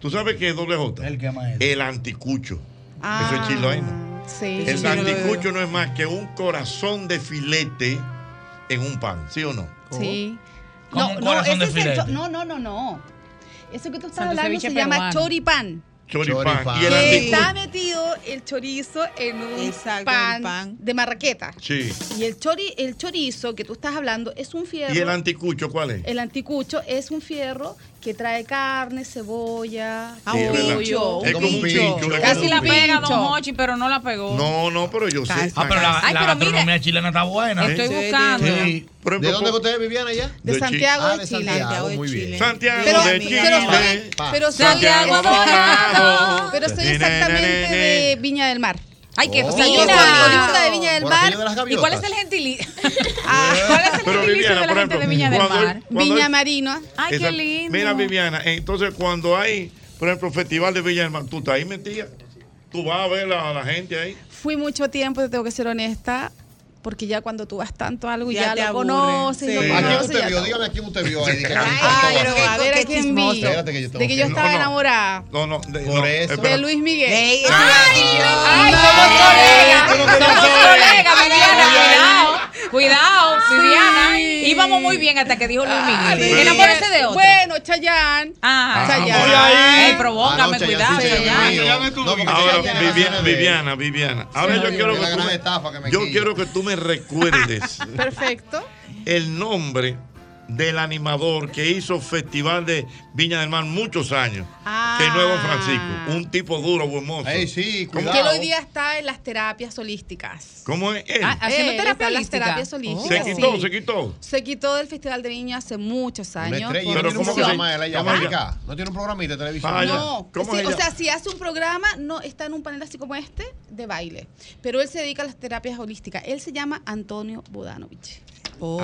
C: Tú sabes que es doble J.
J: El que más es.
C: El anticucho.
K: Ah,
C: Eso es chileno.
K: Sí.
C: El anticucho no es más que un corazón de filete en un pan, ¿sí o no?
K: Sí.
C: Como un corazón de
K: ese es el cho-
C: filete.
K: no, no, no, no. Eso que tú estás
D: Santo
K: hablando
D: ceviche
K: se llama
D: peruano.
K: choripán.
C: choripán.
E: Choripán.
C: Y el
K: Que
C: anticucho.
K: está metido el chorizo en un pan, de marraqueta.
C: Sí.
K: Y el, chori, el chorizo que tú estás hablando es un fierro.
C: ¿Y el anticucho cuál es?
K: El anticucho es un fierro que trae carne, cebolla,
C: Sí, es verdad.
K: pincho.
C: Es como un pincho. es como
D: Casi
C: un
D: la
C: pincho.
D: pega Don Hochi, pero no la pegó.
C: No, no, pero yo sé.
J: Ah, pero la,
D: Ay,
J: la
D: pero mire,
J: gastronomía chilena está buena.
D: estoy buscando.
E: ¿De dónde que ustedes vivían allá?
K: De De Chi- Santiago de Chile.
E: Santiago, muy bien.
C: Santiago
K: Pero-
C: de
K: pero
C: Chile. Oh,
K: soy- pero soy-
C: Santiago
K: Santiago
C: Dorado.
K: Pero soy
C: Ne, ne,
K: exactamente
C: ne, ne.
K: de Viña del Mar.
D: Ay,
C: Oh.
D: qué
E: Oh,
K: O sea, yo soy
D: fino.
K: oriunda de Viña del Mar.
D: Borracho de las
K: ¿Y cuál es
D: gaviotas.
K: el
D: gentilicio?
C: Pero Viviana, por ejemplo, cuando- cuando hay-
K: Viña Marino.
C: Esa- Mira, Viviana, entonces cuando hay, por ejemplo, Festival de Villa del Mar, tú estás ahí metida, tú vas a ver a la gente ahí.
K: Fui mucho tiempo, te tengo que ser honesta, porque ya cuando tú vas tanto a algo
I: Ya
K: ya,
I: te
K: lo
I: aburre,
K: conoces,
I: sí.
K: lo
C: Ah,
I: ¿A quién
K: conoces.
E: usted
K: ya
E: vio?
K: todo.
E: Dígame a quién usted vio
C: <laughs>
E: ahí. Dígame.
K: Ay, pero
E: Qué-
K: a ver
E: qué
K: a quién
E: chismoso.
K: vi.
E: Espérate que yo tengo
K: de que yo
E: que-
K: estaba
E: No, no.
K: enamorada.
C: No, no, de,
E: Por eso.
K: De Luis Miguel.
I: Ey,
K: ¡Ay,
I: ey,
K: ay,
I: ey,
D: somos
I: ey,
D: colegas!
I: ey,
D: Somos
I: ey,
D: colegas,
I: ey,
D: Viviana,
I: ey,
D: cuidado. Cuidado,
K: Sí.
D: Viviana. Íbamos muy bien hasta que dijo Luis Miguel.
K: Luis
D: Enamórese de
K: Miguel.
D: otro.
K: Bueno, Chayán.
D: Ah,
K: Chayanne.
D: voy ahí. Ey, provócame,
E: Ah, no, Chayanne,
D: cuidado,
E: sí, Chayanne.
D: Chayanne.
E: Chayanne tú. No, porque
C: Ahora,
E: Chayanne
C: Vivi-
E: era de-
C: Viviana, Viviana, ahora
E: Sí,
C: yo, quiero que
E: la
C: tú
E: gran
C: me,
E: estafa que me
C: yo
E: quilla.
C: quiero que tú me
K: <laughs>
E: Ah,
C: recuerdes
K: Perfecto.
C: el nombre del animador que hizo Festival de Viña del Mar muchos años, que es Nuevo Francisco, un tipo duro, buen mozo. ¿Cómo,
K: Ah. Que él hoy día está en las terapias holísticas.
C: cómo es él?
K: Ah, haciendo
C: Él está
K: terapia
C: en las
K: holística.
C: terapias
K: holísticas,
C: Se quitó,
K: sí.
C: se quitó.
K: Se quitó del Festival de Viña hace muchos años.
E: estrella,
K: por
E: pero ¿cómo que se
K: corrupción.
E: llama él allá?
C: ¿Cómo
E: Ven
C: ella?
E: acá. No tiene un programita de televisión.
C: Ah, ya.
K: No,
C: ¿Cómo
K: sí,
C: es
K: o
C: ella?
K: sea, si hace un programa, no está en un panel así como este de baile, pero él se dedica a las terapias holísticas. Él se llama Antonio Bodanovich.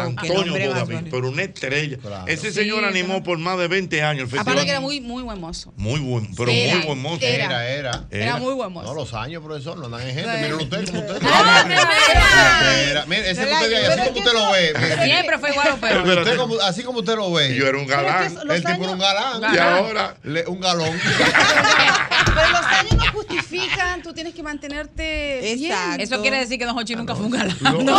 C: Antonio Bodavid, pero una estrella. Ese
K: Sí,
C: señor animó por más de 20 años el
K: Aparte que era
C: festival.
K: muy, muy buen mozo.
C: Muy buen, pero
K: Era,
C: muy buen mozo.
K: era.
E: Era, era.
C: Era Era. muy
K: buen mozo.
E: No, los años, profesor, no andan en gente. Mírenlo usted como usted.
C: Oh,
E: Era. Mire, ese
K: No
E: que
K: la
E: usted ve ahí, así
K: ayude.
E: como usted lo
C: Eh,
K: <laughs>
E: ve. mire.
D: Siempre fue guapo, pero.
E: Usted como- así como usted lo ve.
C: Yo era un
K: galán. Pero es que los
E: El tipo era un galán.
K: años- Y
C: ahora.
E: le- un galón.
K: Pero los años no justifican, tú tienes que mantenerte bien.
D: Eso quiere decir que Don Hochi nunca fue un galán.
C: Ah, No.
D: <laughs>
K: <laughs>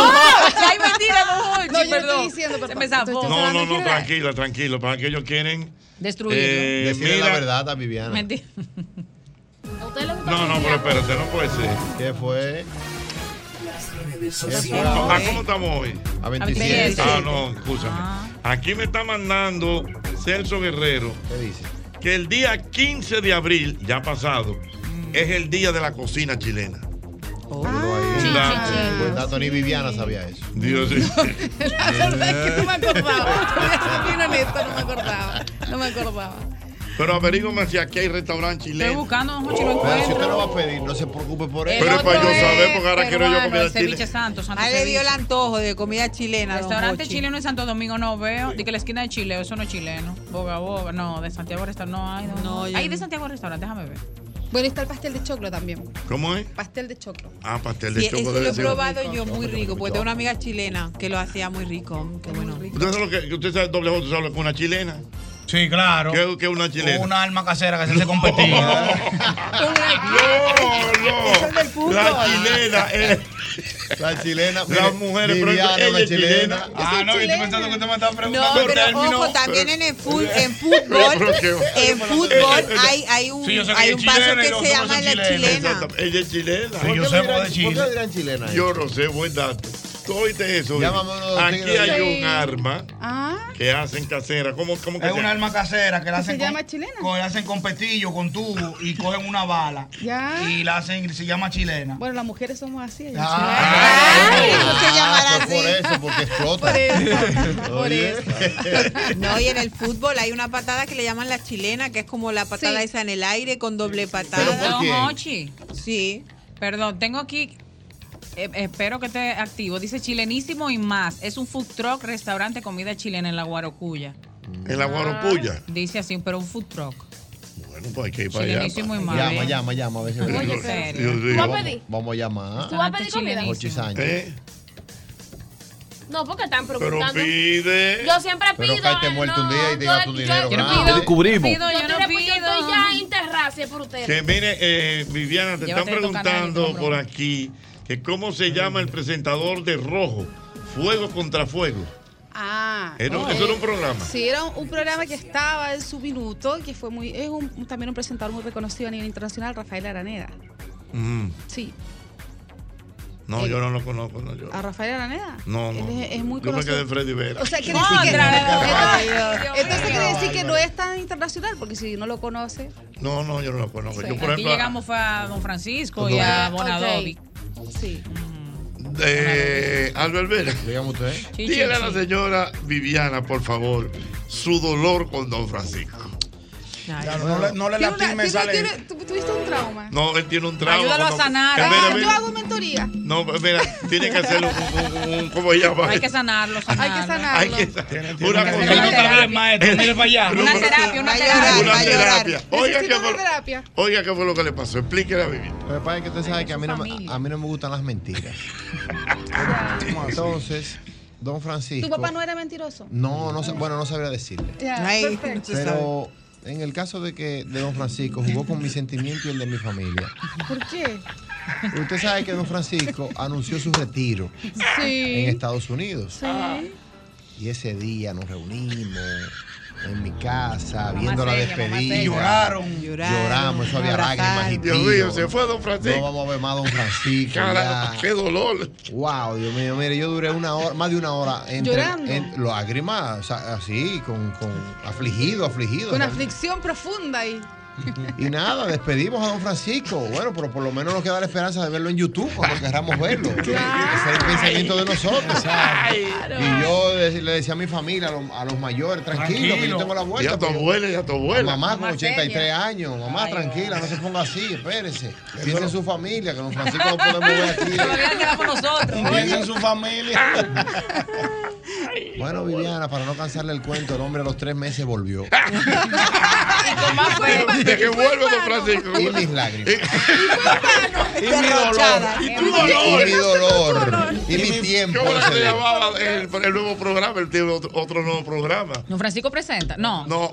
D: Ay, mentira, Don Hochi,
K: No, yo no
D: perdón.
K: estoy diciendo,
D: Se
K: perdón.
D: me zafó.
C: No, no, no, tranquila, tranquila. Para que ellos quieren.
D: Destruirlo.
C: Eh,
E: Decirle
C: mira.
E: la verdad a Viviana.
D: Mentira.
C: No, no,
D: <laughs>
C: pero espérate, no puede ser.
E: ¿Qué fue?
C: Ah, ¿cómo estamos hoy?
E: A 27.
C: Ah, no, escúchame. Aquí me está mandando Celso Guerrero. Que el día 15 de abril, ya pasado, es el día de la cocina chilena. Un dato.
E: Buen dato, ni Viviana sabía eso.
C: Dios mío.
K: La verdad es que no me
D: <laughs>
K: acordaba. Te voy a ser bien honesta, no me acordaba. No me acordaba.
C: Pero averígame si aquí hay restaurante chileno.
D: Estoy buscando, Don
C: Oh,
D: Hochi, lo
E: Oh, Pero si
D: encuentro.
E: usted lo va a pedir, no se preocupe por
D: El
E: eso.
C: Pero es para
D: otro
C: yo
D: es
C: saber, porque ahora quiero yo
D: peruano,
C: comer
D: el ceviche santo, santo
I: Ahí le dio
D: ceviche.
I: el antojo de comida chilena. don
D: Restaurante
I: Jochi.
D: chileno en Santo Domingo no veo. De que la esquina de Chile, eso no es chileno. Boga Boga, no, de Santiago Restaurante no hay. No,
K: yo
D: hay de
K: no.
D: Santiago Restaurante, déjame ver.
K: Bueno, está el pastel de choclo también.
C: ¿Cómo es?
K: Pastel de choclo.
C: Ah, pastel de
I: Sí,
C: chocolate.
I: eso lo he probado yo muy
C: rico.
I: rico, porque tengo una amiga chilena que lo hacía muy rico. Qué bueno.
C: ¿Usted sabe lo que, que usted sabe, doble J, usted sabe lo que es una chilena?
J: Sí, claro.
C: ¿Qué, qué es una chilena?
J: Una alma casera que se
C: <laughs>
J: hace competir. <laughs>
C: No, no. La chilena es.
E: La chilena.
C: Las
E: mire,
C: mujeres, pero
E: Viviana,
C: ella
E: la
C: es chilena.
E: chilena.
J: ah, no, yo estoy pensando que usted me está
I: No,
J: preguntando
I: pero ojo, también en el fut-
M: <laughs>
I: en fútbol, eh, en fútbol hay, hay un,
J: Sí, yo sé que
I: hay
J: es
I: un paso
J: chilena y
I: que
J: los
I: se
J: otros
I: llama
J: son
I: la
J: chilenos.
I: chilena.
C: Exacto, Ella es chilena.
J: Sí, yo
E: ¿Por qué
J: sé, porque
E: le dirán-
J: de
E: ¿Por qué le
J: Chile.
E: dirán chilena?
C: Yo no sé, buen dato. ¿Tú oíste eso?
E: Llámame uno de los
C: Aquí
E: tigres.
C: hay
K: Sí.
C: un arma
K: Ah,
C: que hacen casera. ¿Cómo, cómo que
J: Es
C: se-
J: una
C: <laughs>
J: alma casera que la hacen
K: se
J: con,
K: llama chilena.
J: co- la hacen con petillo, con tubo y cogen una bala
K: Ya.
J: y la hacen, se llama chilena.
K: Bueno, las mujeres somos así. allá.
J: Ah,
I: Eso se llamará
E: Ah, fue Por
I: así.
E: eso, porque explota.
K: Por eso, por
E: Oye.
K: eso.
I: No, y en el fútbol hay una patada que le llaman la chilena, que es como la patada
K: Sí.
I: esa en el aire con doble
E: Pero ¿por
I: patada.
D: Don
E: quién?
D: Hochi,
I: Sí.
D: perdón, tengo aquí. eh, espero que esté activo. Dice chilenísimo y más. Es un food truck, restaurante, comida chilena en la Guarocuya. Ah.
C: En la Guaropuya.
D: Dice así, pero un food truck.
C: Bueno, pues hay que ir para allá.
D: Chilenísimo y más.
E: Llama, llama, llama. A ver si
D: Oye,
E: Dios-
D: serio.
C: Dios mío.
G: ¿Tú vas a
E: vamos-
G: pedir?
E: Vamos a llamar.
G: ¿Tú vas a pedir comida?
E: Ochi Sánchez.
C: ¿Eh?
G: No, porque están
C: Pero
G: preguntando.
C: pide.
G: Yo siempre
E: Pero
G: pido.
E: caíste
G: ay,
E: muerto
G: no,
E: un día y te
G: yo-
E: llevas tu
G: yo-
E: dinero.
D: Yo no
E: Ah,
D: pido, yo no
L: descubrimos.
D: pido,
G: Yo,
D: yo no
G: estoy- yo estoy ya en terracia por ustedes.
C: Que mire, eh, Viviana, te
D: Llévate
C: están
D: de tu canal,
C: preguntando
D: no,
C: por
D: broma.
C: aquí que cómo se llama el presentador de Rojo, Fuego contra Fuego.
K: Ah,
C: Era-
K: no,
C: eso era
K: eh,
C: un programa.
K: Sí, era un, un programa que estaba en su minuto, que fue muy, es un- también un presentador muy reconocido a nivel internacional, Rafael Araneda.
C: Mm.
K: Sí,
C: No, yo no lo conozco. No, yo.
K: a Rafael Araneda.
C: No,
K: Él
C: no.
K: es, es muy
C: yo me
K: conocido.
C: quedé en Freddy Vera.
K: O sea, quiere decir que, entonces,
C: no,
K: entonces quiere decir que no es tan internacional, porque si no lo conoce,
C: no, no, yo no lo conozco.
K: Sí.
C: Yo, por
D: Aquí
C: ejemplo,
D: llegamos fue a Don Francisco y
C: Don-
D: a
C: Ok.
D: Bonadovi.
K: Sí.
C: eh, Albert Vera.
E: Dígame usted.
D: Sí,
C: Dígale
D: sí,
C: a la
D: sí.
C: señora Viviana, por favor, su dolor con don Francisco.
F: Ya, no, le- no le
K: Tiene una-
F: lastime,
K: tiene-
F: sale.
K: tiene- tu- tuviste un trauma.
C: No, él tiene un trauma.
K: Ayúdalo a
C: con don-
K: sanar.
C: Eh,
K: Ah,
C: mira,
K: yo
C: mira,
K: hago mentoría.
C: no, mira, tiene que hacerlo un, un- un- ¿cómo se llama?
D: Hay que sanarlo,
C: Hay que sanarlo. una cosa.
J: Él no está bien, maestro. Mire para allá.
C: Una terapia,
D: una
C: terapia. Una terapia. Oiga,
K: Necesita
C: ¿qué
K: una
C: fue,
K: terapia.
C: oiga, ¿qué fue lo que le pasó? Explíquele a Viviana.
E: Lo que pasa es que usted sabe que a mí, no, me- a mí no me gustan las mentiras.
C: <laughs>
E: Entonces, don Francisco.
K: ¿Tu papá no era mentiroso?
E: No, no, sa- bueno, no sabría decirle.
K: Ya,
I: Ay,
K: perfecto.
E: Pero en el caso de que de don Francisco jugó con mi sentimiento y el de mi familia.
K: ¿Por qué?
E: Usted sabe que don Francisco anunció su retiro en
K: Sí.
E: Estados Unidos.
K: Sí.
E: Y ese día nos reunimos en mi casa, viendo la
F: seria, mamá
E: despedida.
F: seria. Lloraron.
E: Lloramos, eso había
F: Abrazaron.
E: lágrimas y
F: Dios
E: tíos.
F: mío, se fue
C: don Francisco.
E: No vamos a ver más a don Francisco.
C: Caramba,
E: ya.
C: qué dolor.
E: Wow, Dios mío, mire, yo duré una hora, más de una hora entre,
K: Llorando.
E: en- lágrimas, o sea, así, con, con afligido, afligido.
K: Con
E: ¿no?
K: aflicción profunda ahí.
E: Y nada, despedimos a don Francisco. Bueno, pero por lo menos nos queda la esperanza de verlo en YouTube cuando queramos verlo. Ese es el pensamiento de nosotros. Y yo de- le decía a mi familia, a los, a los mayores, tranquilo, que yo
C: Tranquilo.
E: tengo la vuelta.
C: Y a tu
E: pero-
C: abuela, y a tu abuela.
E: Mamá con
C: Mamá
E: 83
C: seria.
E: años, mamá,
C: Ay,
E: tranquila, no se ponga así, espérese. Piensa en su familia, que don Francisco lo podemos ver aquí.
D: Todavía queda con nosotros.
E: Piensa en su familia. Bueno, Viviana, para no cansarle el cuento, el hombre a los tres meses volvió.
C: <laughs>
D: pues.
C: De que vuelve don Francisco.
E: Y mis lágrimas.
C: Y mi dolor. Y tu dolor.
E: Y mi dolor. Y mi tiempo.
C: ¿Cómo era que se
E: ese día.
C: llamaba el, el nuevo programa? Él tiene otro, otro nuevo programa.
D: Don Francisco presenta. No.
C: No.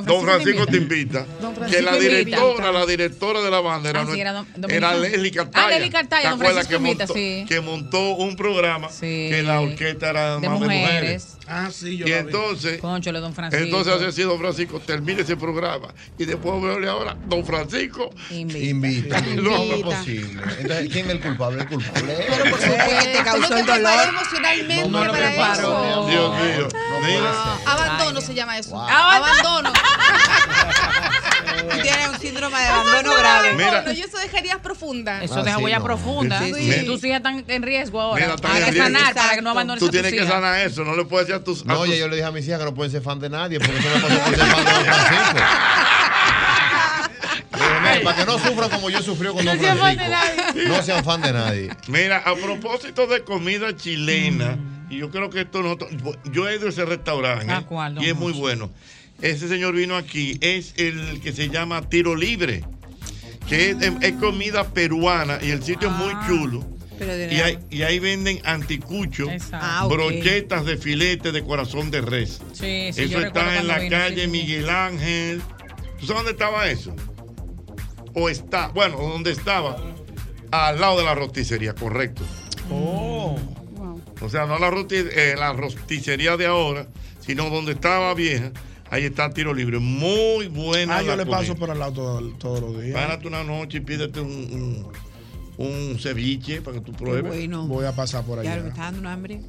C: Don Francisco te invita.
D: Don Francisco
C: Que la
D: te invita.
C: directora, la directora de la banda era,
D: Ah, sí, era
C: nuestra-
D: Dom-
C: era
D: Dominicana.
C: Leslie Cartaya.
D: Ah, Leslie Cartaya,
C: ¿Te
D: Don
C: acuerdas que
D: Francisco
C: montó,
D: invita, sí.
C: que montó un programa que la orquesta era
D: De
C: más de mujeres?
D: mujeres.
F: Ah, sí,
C: yo Y la vi. entonces-
D: Conchole, don Francisco.
C: Entonces hace así, don Francisco, termina ese programa. Y después verle ahora, don Francisco.
E: Invita.
C: Lo hago
E: Invita.
C: posible.
E: Entonces, ¿quién es el culpable? El culpable.
K: Pero por supuesto,
I: te causó
K: tú no te
I: el dolor.
K: preparas emocionalmente
E: No me lo
K: para
E: preparo.
K: eso.
C: Dios mío. Mira,
K: Ah, Abandono se llama eso.
D: Abandono.
I: Tiene un síndrome de
K: Eso
I: abandono
K: no
I: grave.
K: es
C: Mira. Ah,
K: abandono, y eso dejaría profunda.
D: Eso deja huella profunda.
C: Sí,
D: Sí.
C: sí.
D: Tus hijas están en riesgo ahora.
C: Mira, están
D: Hay
C: en
D: que
C: riesgo.
D: sanar para que no abandones
C: tú
D: a tus
C: tienes que
D: hijas.
C: sanar eso. No le puedes decir a tus. a
E: No, ya
C: tus-
E: yo le dije a mis hijas que no pueden ser fan de nadie, porque eso me pasó por ser fan de Don Francisco. Pero no, para que no sufran como yo sufrí con Don
C: No sean fan de
E: Francisco.
C: nadie.
E: No sean fan de nadie.
C: Mira, a propósito de comida chilena, y yo creo que esto no. Yo he ido a ese restaurante.
D: ¿A
C: ¿eh?
D: cuál, don
C: y es muy
D: Jorge?
C: bueno. Ese señor vino aquí, es el que se llama Tiro Libre, que es, es comida peruana y el sitio es muy chulo.
I: Pero de
C: Y, ahí- y ahí venden anticuchos,
I: Ah, ok.
C: brochetas de filete de corazón de res.
D: Sí, sí, yo
C: eso
D: recuerdo
C: está en
D: cuando
C: la
D: vino,
C: calle
D: sí.
C: Miguel Ángel. ¿Tú sabes dónde estaba eso? O está, bueno, donde estaba, al lado de la rosticería, correcto.
H: Oh.
C: O sea, no la, roti- eh, la rosticería de ahora, sino donde estaba vieja. Ahí está tiro libre. Muy buena.
F: Ah, yo
C: la
F: le
C: comida.
F: paso por el lado todo- todos los días.
C: Párate una noche y pídete un, un, un ceviche para que tú pruebes.
F: Voy a pasar por
I: Ya me
F: allá.
I: está dando un hambre.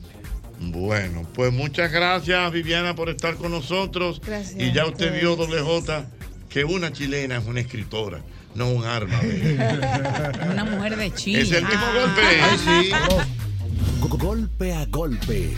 C: Bueno, pues muchas gracias Viviana por estar con nosotros.
I: Gracias
C: Y ya
I: a
C: usted
I: ustedes.
C: vio, doble J, que una chilena es una escritora, no un arma.
D: <laughs> Una mujer de Chile. Ah.
C: es el mismo golpe.
D: <laughs>
L: Golpe a golpe.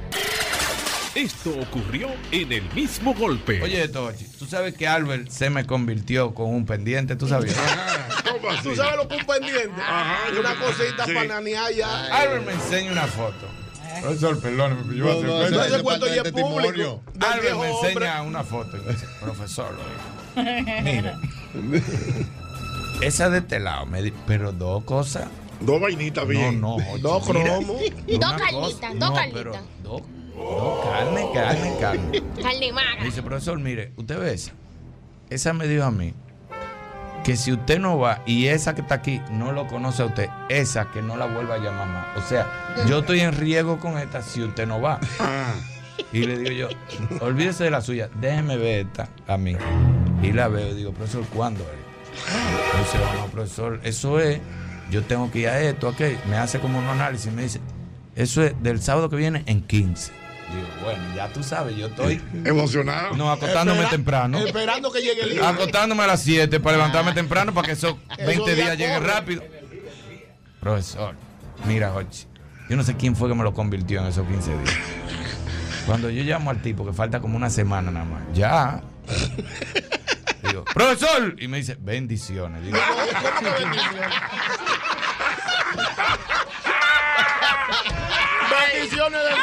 N: Esto ocurrió en el mismo golpe.
M: Oye, Tochi, tú sabes que Albert se me convirtió con un pendiente, tú sabías.
O: ¿Tú sabes lo que un pendiente?
M: Ajá, yo
O: una
M: me-
O: cosita
M: sí.
O: para nanear ya.
M: Albert me enseña una foto. Profesor, perdóneme, pero yo voy a hacer
O: No, no,
M: cuenta.
O: ese cuento ya es público. Del
M: Albert
O: viejo
M: me
O: hombre.
P: <laughs>
M: enseña una foto y me dice, profesor, lo digo. Mire. Esa de este lado, me di- pero dos cosas.
C: Dos vainitas
M: bien. No, no.
O: Dos
M: mira,
O: cromos.
M: una
G: Dos
M: cosa-
G: carnitas, dos
M: no, pero
G: carnitas.
M: dos, dos carne, carne, carne.
G: Carne
M: Me
G: magra.
M: dice, profesor, mire, usted ve esa. Esa me dijo a mí que si usted no va y esa que está aquí no lo conoce a usted, esa que no la vuelva a llamar más. O sea, yo estoy en riesgo con esta si usted no va. Y le digo yo, olvídese de la suya, déjeme ver esta a mí. Y la veo y digo, profesor, ¿cuándo es? Me dice, bueno, profesor, eso es, yo tengo que ir a esto, aquello. Me hace como un análisis y me dice, eso es del sábado que viene en 15. Digo, bueno, ya tú sabes, yo estoy
C: emocionado.
M: No, acostándome
O: Espera-
M: temprano.
O: Esperando que llegue el libro. Ah.
M: Acostándome a las 7 para levantarme temprano para que esos
Q: Ah,
M: 20
O: día
M: días lleguen
O: corre. <laughs>
M: rápido. Profesor, mira, Jochi, yo no sé quién fue que me lo convirtió en esos 15 días. Cuando yo llamo al tipo, que falta como una semana nada más, ya. Digo, profesor. Y me dice, bendiciones. Digo,
O: Bendiciones del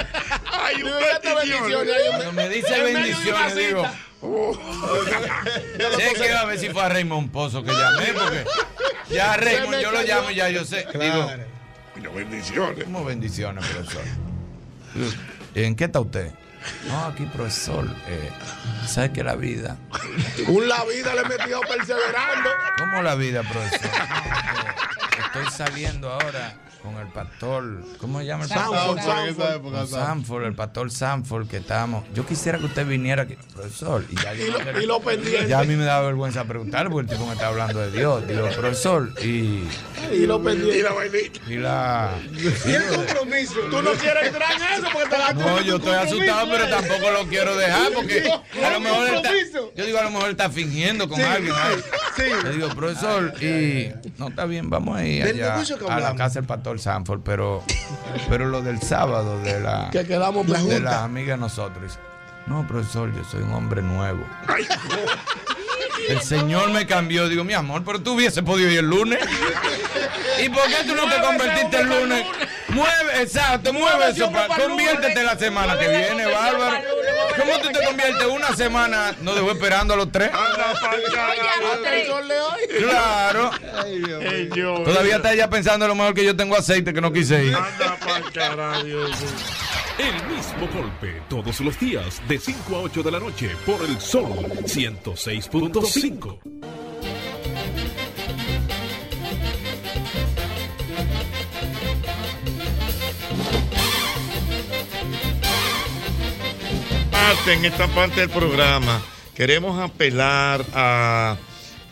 O: Señor.
C: Ay,
O: un bendiciones.
M: Cuando me dice bendiciones, digo.
C: Oh,
M: sé que a ver si fue a Raymond Pozo que llamé, porque ya a Raymond yo lo llamo y ya yo sé. Digo,
C: bendiciones.
M: ¿Cómo bendiciones, profesor? Eh, ¿En qué está usted? No, aquí, profesor. Eh, ¿Sabe que la vida?
O: Un la vida le metió perseverando.
M: ¿Cómo la vida, profesor? Eh, Estoy saliendo ahora con el pastor. ¿Cómo se llama el pastor?
E: Sanford, Sanford, en esa época,
M: Con Sanford, el pastor Sanford que estábamos. Yo quisiera que usted viniera aquí, profesor. Y ya, yo
O: Y
M: no
O: lo-
M: quería-
O: y lo pendiente.
M: Ya a mí me daba vergüenza preguntar porque el tipo me está hablando de Dios. Digo, profesor, y,
O: Y lo pendiente.
C: Y la vainita.
M: y la.
O: Y el compromiso. Tú no quieres entrar en eso porque te la
M: No, yo estoy asustado, pero tampoco lo quiero dejar porque a lo mejor él está,
O: Compromiso.
M: yo digo a lo mejor él está fingiendo con
O: Sí,
M: alguien. ¿sabes?
O: sí.
M: Le digo, profesor, y no está bien, vamos a ir
O: Del
M: allá
O: negocio que
M: a la
O: hablamos.
M: casa del pastor Sanford, pero pero lo del sábado de la
O: Que quedamos
M: de
O: juntas.
M: las amigas de nosotros. Dice, No, profesor, yo soy un hombre nuevo. El
Q: <laughs>
M: Señor me cambió. Digo, mi amor, pero tú hubiese podido ir el lunes. ¿Y por qué tú no te convertiste el lunes? Mueve, exacto, mueve eso. pa- Conviértete la semana que viene, Bárbaro. ¿Cómo tú te conviertes una semana? No dejó esperando a los tres. Claro. Todavía está ella pensando a lo mejor que yo tengo aceite que no quise ir.
N: El mismo golpe todos los días de 5 a 8 de la noche por el Sol 106.5.
C: parte, en esta parte del programa, queremos apelar a,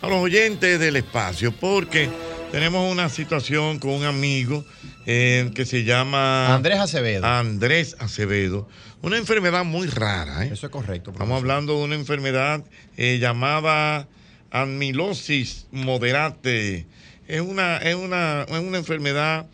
C: a los oyentes del espacio, porque tenemos una situación con un amigo eh, que se llama
E: Andrés Acevedo.
C: Andrés Acevedo. Una enfermedad muy rara. ¿eh?
E: Eso es correcto.
C: Estamos hablando de una enfermedad eh, llamada amilosis moderate. Es una, es, una, es una enfermedad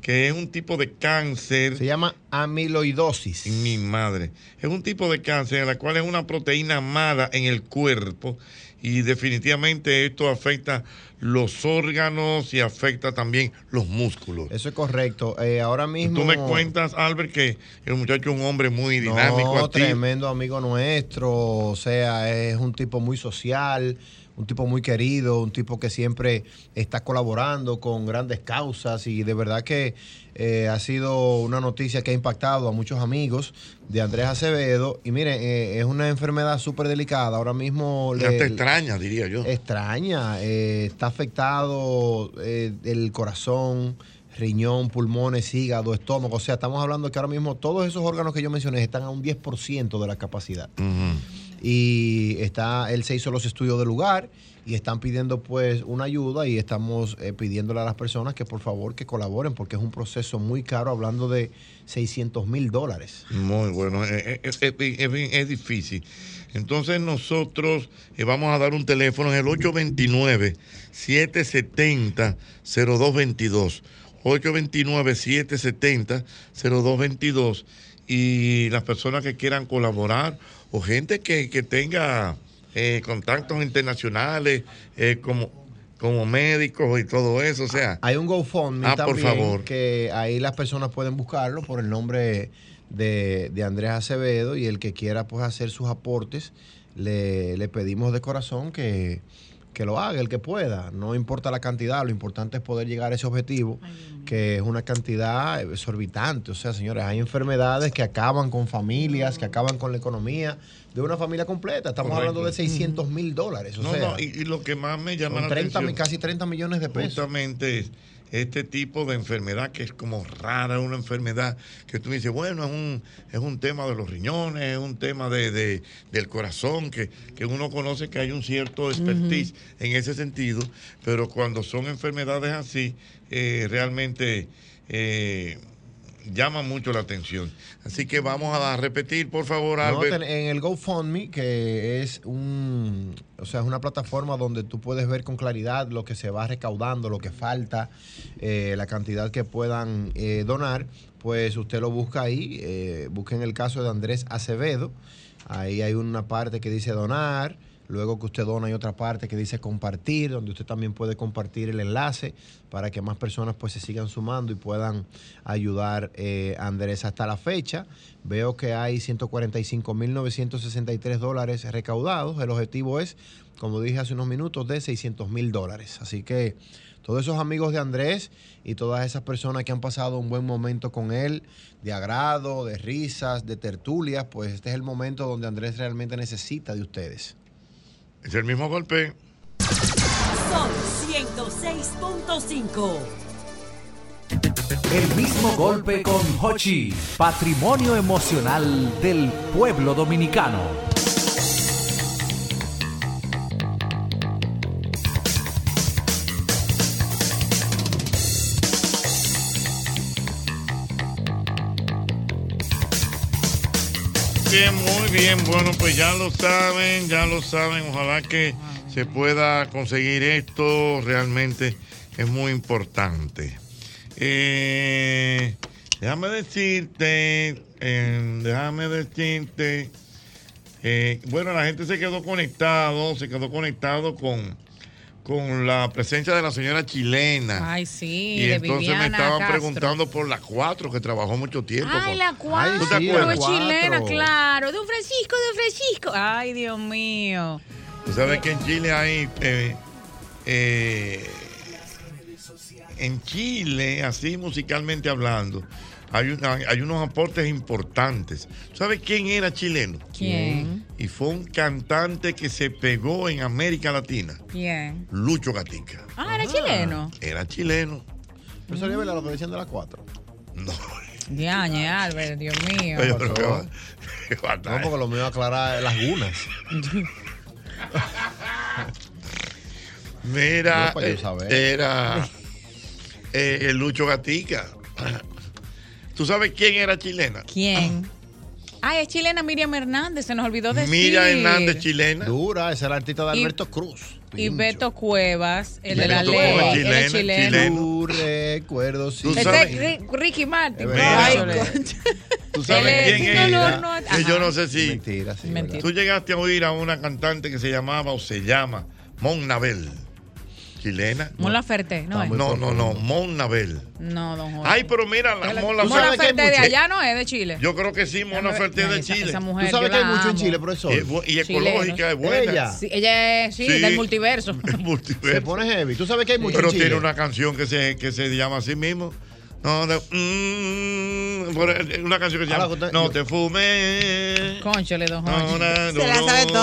C: que es un tipo de cáncer. Se
E: llama amiloidosis.
C: Mi madre. Es un tipo de cáncer en la cual es una proteína mala en el cuerpo y definitivamente esto afecta los órganos y afecta también los músculos.
E: Eso es correcto. Eh, ahora mismo.
C: Tú me cuentas, Albert, que el muchacho es un hombre muy dinámico,
E: No,
C: activo.
E: tremendo amigo nuestro, o sea, es un tipo muy social, un tipo muy querido, un tipo que siempre está colaborando con grandes causas y de verdad que eh, ha sido una noticia que ha impactado a muchos amigos de Andrés Acevedo y miren, eh, es una enfermedad súper delicada, ahora mismo...
C: Ya te extraña, diría yo.
E: Extraña, eh, está afectado eh, el corazón, riñón, pulmones, hígado, estómago. O sea, estamos hablando que ahora mismo todos esos órganos que yo mencioné están a un 10% de la capacidad. Y está, él se hizo los estudios del lugar y están pidiendo pues una ayuda y estamos eh, pidiéndole a las personas que por favor que colaboren porque es un proceso muy caro, hablando de 600 mil dólares.
C: Muy bueno, eh, eh, es, es- es- es difícil. Entonces nosotros eh, vamos a dar un teléfono, es el 829-770-0222. 829-770-0222. Y las personas que quieran colaborar o gente que, que tenga eh, contactos internacionales eh, como, como médicos y todo eso, o sea...
E: Hay un GoFundMe
C: Ah, por
E: también,
C: favor.
E: que ahí las personas pueden buscarlo por el nombre de, de Andrés Acevedo y el que quiera pues hacer sus aportes, le, le pedimos de corazón que, que lo haga el que pueda. No importa la cantidad, lo importante es poder llegar a ese objetivo, que es una cantidad exorbitante. O sea, señores, hay enfermedades que acaban con familias, que acaban con la economía de una familia completa. Estamos
C: Correcto.
E: hablando de 600 mil dólares. O
C: No,
E: sea,
C: no, y, y lo que más me llama
E: son
C: la
E: 30 mi-
C: atención.
E: casi 30 millones de pesos.
C: Justamente es este tipo de enfermedad que es como rara, una enfermedad que tú dices, bueno, es un, es un tema de los riñones, es un tema de, de- del corazón, que, que uno conoce que hay un cierto expertise en ese sentido, pero cuando son enfermedades así, eh, realmente eh, llama mucho la atención. Así que vamos a repetir, por favor,
E: No,
C: Albert.
E: ten- en el GoFundMe, que es un, o sea, es una plataforma donde tú puedes ver con claridad lo que se va recaudando, lo que falta, eh, la cantidad que puedan eh, donar, pues usted lo busca ahí, eh, busquen el caso de Andrés Acevedo, ahí hay una parte que dice donar. Luego que usted dona hay otra parte que dice compartir, donde usted también puede compartir el enlace para que más personas pues se sigan sumando y puedan ayudar eh, a Andrés hasta la fecha. Veo que hay 145.963 dólares recaudados. El objetivo es, como dije hace unos minutos, de 600.000 dólares. Así que todos esos amigos de Andrés y todas esas personas que han pasado un buen momento con él, de agrado, de risas, de tertulias, pues este es el momento donde Andrés realmente necesita de ustedes.
C: Es el mismo golpe.
R: Sol 106.5.
L: El mismo golpe con Hochi, patrimonio emocional del pueblo dominicano.
C: Bien, muy bien. Bueno, pues ya lo saben, ya lo saben. Ojalá que se pueda conseguir esto. Realmente es muy importante. Eh, déjame decirte, eh, déjame decirte. eh, bueno, la gente se quedó conectado, se quedó conectado con, con la presencia de la señora chilena.
D: Ay, sí,
C: y
D: de
C: entonces me
D: Viviana
C: estaban
D: Castro.
C: preguntando por la 4 que trabajó mucho tiempo.
D: Ay,
C: con-
D: la cuatro,
C: ¿Tú te acuerdas?
D: es chilena, claro. Don Francisco, don Francisco. Ay, Dios mío.
C: Tú sabes que en Chile hay. eh, eh, en Chile, así musicalmente hablando, hay, una- hay unos aportes importantes. ¿Sabes quién era chileno?
D: ¿Quién?
C: Y fue un cantante que se pegó en América Latina,
D: ¿Quién?
C: Lucho Gatica.
D: Ah, era chileno.
C: Era chileno.
E: Pero sería verdad lo que decían de las cuatro.
D: Diañe, Albert, Dios mío.
E: Oye, pero qué va-
C: No,
E: porque lo mío es aclarar las gunas.
C: Mira,
E: No, para yo
C: eh,
E: saber.
C: era eh, el Lucho
E: <laughs>
C: Gatica. ¿Tú sabes quién era chilena?
D: <laughs> ¿Quién? Ay, es chilena Miriam Hernández, se nos olvidó decir.
C: Mira Hernández, chilena.
E: Dura, es el artista de
D: Y-
E: Alberto Cruz.
D: Y Beto Cuevas, el de la
E: Alberto
D: ley.
E: Cruz,
D: él es chileno.
E: Tu recuerdo, sí.
D: Ese Este es Ri- Ricky Martin.
C: Mira.
D: Ay,
C: Mira.
D: concha.
C: ¿Tú sabes
D: Él es-
C: quién
D: no,
C: es?
D: Eh, no, no,
C: que yo
D: ajá.
C: no sé si.
E: Mentira, sí.
D: Mentira.
C: Tú llegaste a oír a una cantante que se llamaba o se llama Mon Nabel. ¿Chilena?
D: Mon Laferte, no eh. es.
C: No, no, no, Mon Nabel.
D: No, don Jorge.
C: Ay, pero mira, la Mon
D: Mon
C: Laferte-
D: Laferte de allá no es de Chile.
C: Yo creo que sí, Mon
D: Déjame ver.
C: Laferte
D: Ay,
C: de
D: esa-
C: Chile.
D: esa mujer, Tú sabes yo que hay la mucho en amo. Chile,
E: profesor.
C: Y, es bu- y
D: Chileno.
C: ecológica, es buena.
D: Sí, ella es, sí,
C: Sí. <laughs>
D: del multiverso.
C: Se
E: pone heavy. Tú sabes que hay mucho
C: Pero
E: en Chile.
C: tiene una canción que se, que se llama así mismo. No, de- mm, por- una canción
E: Ah,
C: que se llama No te fumes.
D: Cónchale, don
C: No, no, no, no,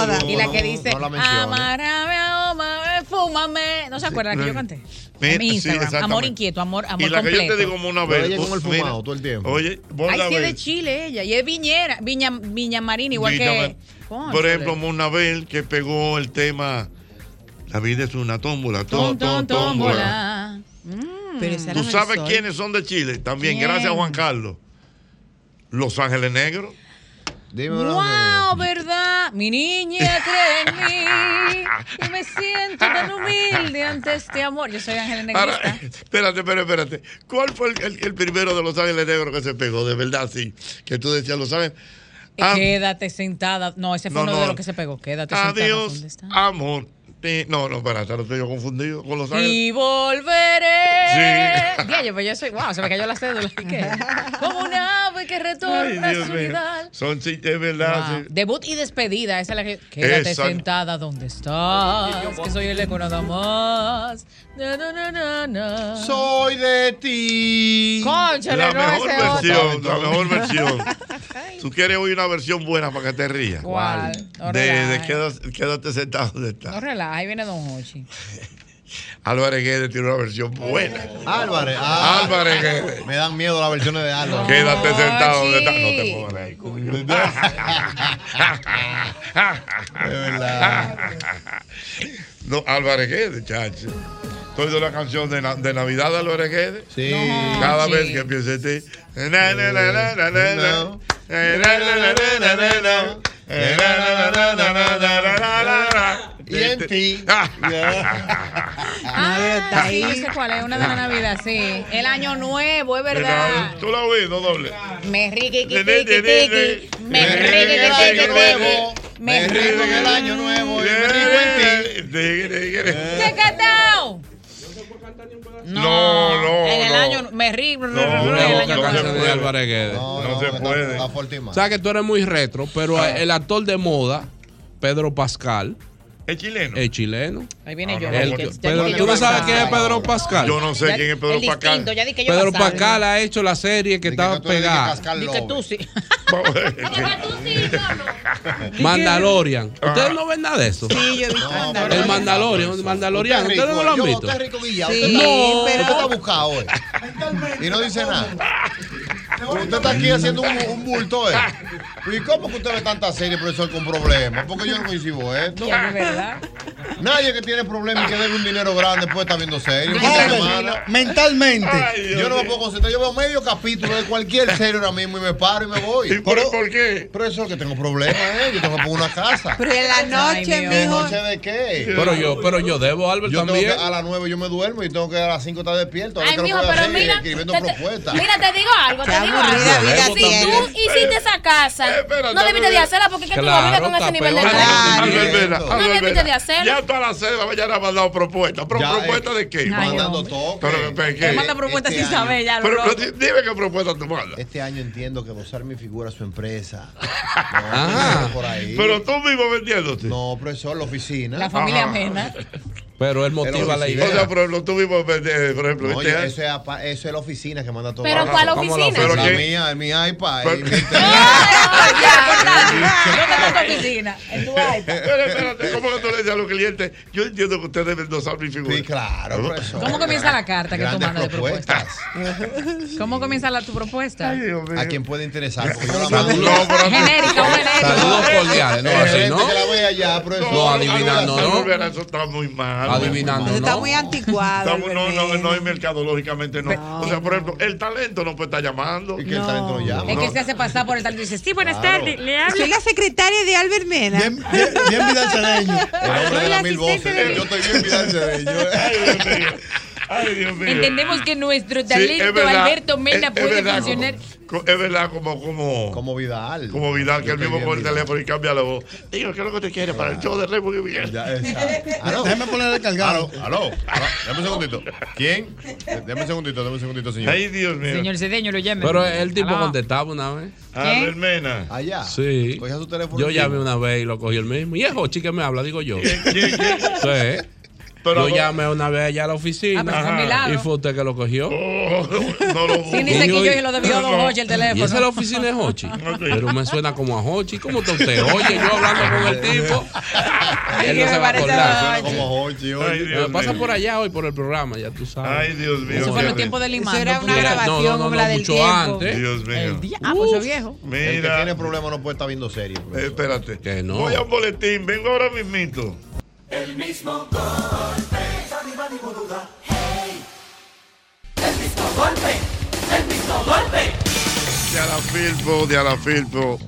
C: no,
D: Y la
C: no,
D: que dice,
C: no la menciones.
D: amárame, ahómame, fúmame. ¿No se acuerdan que yo canté?
C: Mira,
D: En mi
C: sí,
D: Instagram. amor
C: exactamente.
D: inquieto, amor, amor
C: y la
D: completo.
C: que yo te digo, Mona Bel.
E: ella con el
C: mira,
E: fumado todo el tiempo.
C: Oye,
D: Ay,
C: Mona
D: sí, es de
C: Bel.
D: Chile ella. Y es viñera, viña, viña marina, igual
C: Viña
D: que...
C: Mar-
D: Cónchale.
C: Por ejemplo, Mona Bel, que pegó el tema La vida es una tómbola. Tom, tom, tómbola.
D: Tómbola. Mm.
C: ¿Tú sabes quiénes son de Chile? También,
D: ¿Quién?
C: gracias a Juan Carlos. Los Ángeles Negros.
D: Wow, ¿verdad? Mi niña cree en mí y me siento tan humilde ante este amor. Yo soy Ángel
C: Ahora,
D: Negrista.
C: <laughs> espérate, espérate, espérate. ¿Cuál fue el, el- el primero de Los Ángeles Negros que se pegó? De verdad, sí. Que tú decías, Los Ángeles.
D: Quédate sentada. No, ese fue
C: No,
D: uno
C: ah, no.
D: de los que se pegó. Quédate sentada.
C: Adiós, amor. ti. No, no, espera, ahora estoy yo confundido con los
D: Y
C: ángeles.
D: volveré.
C: Sí.
D: Diario, pues yo soy. Wow, se me cayó la cédula. ¿Qué? Como un ave que retorna
C: Ay,
D: a
C: Dios
D: su
C: mío.
D: nidal.
C: Son chi- es verdad.
D: Wow.
C: sí.
D: Debut y despedida. Esa es la que. Quédate
C: Exacto.
D: sentada donde estás. Que soy el eco nada más. Na, na, na, na, na.
E: Soy de ti.
D: Cónchale,
C: La
D: no
C: mejor
D: ese otro.
C: versión, la mejor
D: <laughs>
C: versión. Tú quieres hoy una versión buena para que te rías.
D: ¿Cuál? eh. No
C: De, de
D: relajes.
C: quédate, quédate sentado donde estás.
D: No relaja, ahí viene Don Hochi.
C: Álvarez Guedes tiene una versión buena.
E: Álvarez. ah,
C: Álvarez Guedes.
E: Me dan miedo las versiones de Álvarez.
C: Quédate sentado donde estás. No
E: sí.
C: te pongas ahí, coño. De verdad. No, Álvarez Guedes, chacho. Estoy de la canción de, na- de Navidad de Álvarez Guedes.
E: Sí.
C: Cada
E: sí.
C: vez que pienso en ti. Na, na, na, na, na, na, na. Eh, na, na, na, na, na, na, na. Eh, na, na, na, na, na, na, na, na, na, na.
E: Y en ti.
D: Ah, sí, yo sé cuál es. Una de la Navidad, sí. El año nuevo, es verdad.
C: Tú la oí, no doble.
D: Me riqui,
C: Ne, ne, ne, ne, ne.
D: Me riqui,
E: el año nuevo.
D: Me rico
E: en el año nuevo. Eh, y me rico en ti.
C: <laughs>
D: ¡Checatao!
C: No, no.
D: En el
C: no.
D: año. Me rico.
Q: La canción de Álvarez Guedes.
C: No se puede.
Q: Sabes que tú eres muy retro, pero
M: Ah.
Q: el actor de moda, Pedro Pascal,
C: ¿Es chileno?
Q: es chileno.
D: Ahí
C: Ah,
D: viene yo.
Q: El-
D: ya di que- ya
Q: Pedro-
D: di que
Q: ¿Tú
D: yo
Q: no sabes
D: pasaba.
Q: quién es Pedro Pascal?
C: Yo no
D: Ya- el distinto, ya di que yo
Q: Pedro
D: pasaba.
Q: Pascal ha hecho la serie que estaba pegada.
D: Di <laughs> que tú sí.
Q: <laughs> Mandalorian. ¿Ustedes no ven nada de eso?
I: Sí, yo he visto Mandalorian.
Q: El Mandalorian, el Mandalorian.
E: Usted
Q: ¿Ustedes no lo han
E: rico,
Q: visto?
E: usted es rico, Guilla,
I: Sí,
E: usted está-
I: pero-
E: usted está buscado hoy. Y no dice nada. Usted está aquí haciendo un, un bulto, ¿eh? ¿Y cómo que usted ve tanta serie, profesor, con problemas? Porque yo no eh. concibo esto.
C: Ah.
D: Ya, de verdad.
E: Nadie que tiene problemas y que debe un dinero grande puede estar viendo series.
S: mentalmente.
E: yo no me puedo concentrar. Yo veo medio capítulo de <laughs> cualquier serie ahora mismo y me paro y me voy.
C: ¿Y por, por qué?
E: Profesor, que tengo problemas, ¿eh? Yo tengo que poner una casa.
I: Pero en la noche,
E: ¿De
I: mijo.
E: noche de qué?
Q: Pero yo, pero yo debo, Albert,
E: Yo tengo que-
Q: también.
E: a las 9 yo me duermo y tengo que a las 5 estar despierto. A ver
G: Ay,
E: qué es
G: mijo,
E: lo que voy a
G: pero
E: hacer,
G: mira,
E: escribiendo
G: te- te-
E: propuestas.
G: Mira, te digo algo, te digo
E: aburrida
G: algo.
E: vida
G: Si tú
E: tienes.
G: hiciste esa casa, no debiste de hacerla porque es que tú no vives con ese nivel de
C: Álvaro,
G: casa.
C: Álvaro Vera,
G: No
C: Álvaro
G: debiste
C: Vera.
G: de hacerlo.
C: Ya todas las sedes de la mañana han mandado propuestas. ¿Pero
E: eh,
C: propuestas de qué?
E: Ay, Mandando hombre. toques.
C: Pero, ¿pero qué?
E: Él manda propuestas Este sin año. saber ya, lo
C: Pero,
E: loco.
C: pero di- dime qué propuesta tú mandas.
E: Este año entiendo que gozar mi figura es
C: <laughs>
E: su empresa. No, no, por ahí.
C: Ah. Pero tú mismo vendiéndote.
E: No, profesor, la oficina.
D: La familia
E: Ajá.
D: amena.
Q: Pero él
E: Pero
Q: motiva la idea.
E: oficina. O sea,
C: por ejemplo, tú mismo, por ejemplo,
E: No,
C: este
E: yo-
C: año-
E: eso, es, apa- eso es la oficina que manda todo.
C: Pero,
E: abajo.
C: ¿cuál ¿Cómo la oficina?
E: La
C: oficina?
E: mía, en mi iPad.
C: Pero-
E: y mi-
D: oficina? En tu
C: <laughs> Pero espérate, ¿cómo que tú le dices a los clientes? Yo entiendo que ustedes deben dosar mi figura. Sí,
E: claro,
D: ¿Cómo comienza la carta que tú
E: Grandes
D: mandas de propuesta? ¿Cómo comienza la, tu propuesta?
E: A quien puede interesar. porque yo la mando.
D: Genérica, un
Q: Saludos cordiales, no
E: El
Q: así,
E: gerente
Q: ¿no?
E: que la vea allá, profesor.
Q: No, adivinando,
C: Álvaro
Q: ¿no?
C: Vera, Eso está muy mal.
Q: Adivinando, Eso está ¿no? muy
I: anticuado,
C: Estamos- no, no, no, es mercadológicamente no. O sea, por ejemplo, el talento no puede estar llamando. Y
E: que el talento no llama.
D: Es que se hace pasar por el tal y dice, sí, buenas
C: Claro.
D: tardes, le hablo.
I: Soy la secretaria de Albert Mena.
S: Bien Vidal Cedeño.
E: El hombre de las mil voces.
C: Eh,
I: de-
E: Yo estoy bien <laughs> Vidal Cedeño.
C: Ay, Dios mío.
D: Entendemos que nuestro
C: Sí, es
D: talento,
C: verdad.
D: Alberto
C: Es-
D: Mena,
C: es
D: puede
C: verdad,
D: funcionar.
C: como- Es verdad, como, como,
E: como Vidal.
C: Como Vidal, que
E: Yo
C: él mismo
E: estoy
C: con el
E: bien
C: teléfono y cambia la voz. Digo, ¿qué es lo que te quieres para el show de Rey y Miguel? <laughs>
S: Déjame ponerle cargado.
E: Aló, aló. Dame un segundito. ¿Quién? Dame un segundito, dame un segundito, señor.
C: Ay, Dios mío.
D: Señor Cedeño, lo llame.
Q: Pero el tipo
D: Aló.
Q: contestaba una vez.
D: ¿Quién?
C: Albert Mena.
E: Allá.
Q: Sí.
E: su teléfono.
Q: Yo llamé una vez y lo cogió el mismo. Y es Hochi que me habla, digo yo. Sí.
C: <laughs> Pero-
Q: yo llamé una vez allá a la
D: Ah, pero fue un
Q: oficina
D: milagro.
Q: y fue usted que lo cogió.
C: Oh, <laughs> no lo
D: Sí, ni sé que yo se lo debió a Don Hochi el teléfono.
Q: Y esa es la oficina de
C: <laughs>
Q: Hochi. Pero me suena como a Hochi. ¿Cómo está usted? Oye, yo hablando con el
D: <laughs>
Q: tipo. Él no se va a acordar.
E: Como Hochi,
Q: Ay, Dios Me pasa por allá hoy por el programa, ya tú sabes.
C: Ay, Dios mío.
D: Eso fue en los tiempos de Limando.
I: Eso era una
Q: No, no,
I: grabación
Q: no, no,
I: como la del
Q: mucho
I: tiempo.
Q: antes.
C: Dios mío.
D: Ah, pues soy viejo.
C: Mira.
E: El que tiene problemas no puede estar viendo pues. series. profesor.
C: Espérate. Voy a un boletín, vengo ahora mismito.
B: El mismo golpe. Arriba ni moduda. Hey. El mismo golpe. El mismo golpe.
C: De Alafilpo, de Alafilpo.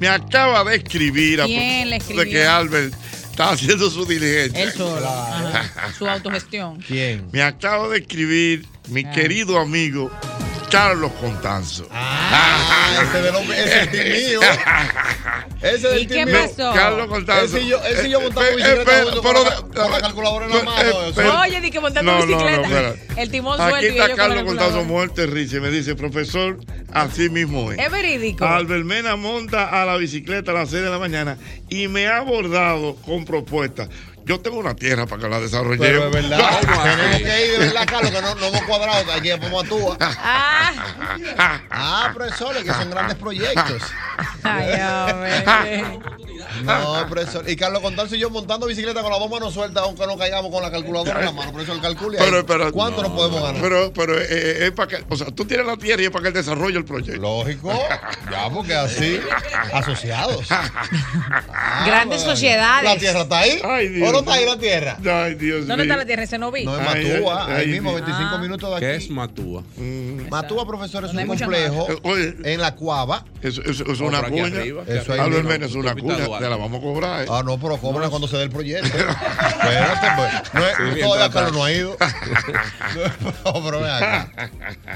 C: Me acaba de escribir a
D: ¿Quién le
C: propósito de
D: escribió?
C: que Albert está haciendo su diligencia.
D: Él solo.
C: Ah.
D: Ajá. Su autogestión.
E: ¿Quién?
D: Ah.
C: Me acaba de escribir mi querido amigo Carlos Contanzo.
E: Ah, ese del hombre- ese es
C: <laughs>
E: el mío. Ese del
C: ¿Y
E: team
C: qué
E: mío.
C: pasó? Carlos Contanzo.
E: Ese y yo, ese y yo montamos
C: Eh, eh,
E: bicicleta
C: pero-
E: juntos
C: pero-
E: con, <laughs> la, con la calculadora en la mano. eso.
D: Oye, di que montando
C: eh, No, no, no,
D: bicicleta.
C: espera.
D: el timón suelto
C: Aquí
D: y ellos
C: está
D: con
C: Carlos
D: la
C: Contanzo
D: calculadora.
C: Muerte Rice. Me dice, profesor, así mismo es.
D: Es verídico.
C: Albermena monta a la bicicleta a las 6 de la mañana y me ha abordado con propuestas. Yo tengo una tierra para que la desarrollemos.
E: Pero es verdad,
C: <laughs> ¿Cómo así?
E: tenemos que ir, de verdad, Carlos, que no, no hemos cuadrado, que aquí vamos a tú.
C: Ah,
E: ah, profesor, es que son grandes proyectos. No, profesor. Y Carlos Contanzo y yo montando bicicleta con las dos manos sueltas, aunque no caigamos con la calculadora en la mano. Profesor, calcule ahí.
C: Pero, pero,
E: Eh, ¿Cuánto nos podemos ganar?
C: Pero, pero eh, eh, es para que, o sea, tú tienes la tierra y es para que él desarrolle el proyecto. <laughs>
E: Lógico, ya porque así, asociados.
D: Grandes
E: bueno.
D: sociedades.
E: La tierra está ahí.
D: Ay,
E: ¿O no está ahí la tierra?
C: Ay, Dios
D: ¿Dónde está la tierra? Ese no vi.
E: No, en Matúa, ahí mismo,
D: Dios.
E: 25 minutos de aquí.
Q: ¿Qué es Matúa?
E: Matúa, profesor, es
D: Ah. No
E: un
D: hay mucho
E: complejo
D: más.
E: en la Cuava.
C: Eso, eso- eso es una
E: Por aquí
C: cuña.
E: arriba, aquí
C: Eso
E: arriba.
C: Albermena
E: Una
C: es una
E: autopista
C: cuña.
E: dual.
C: Te la vamos a cobrar. eh.
E: Ah, no, pero cóbrala cuando se dé
C: <laughs>
E: el proyecto. Espérate, pues. No, es-
C: Sí,
E: no,
C: mientras
E: todavía Carlos
C: tanto.
E: no ha ido. <laughs> No, pero ven acá.
C: <laughs>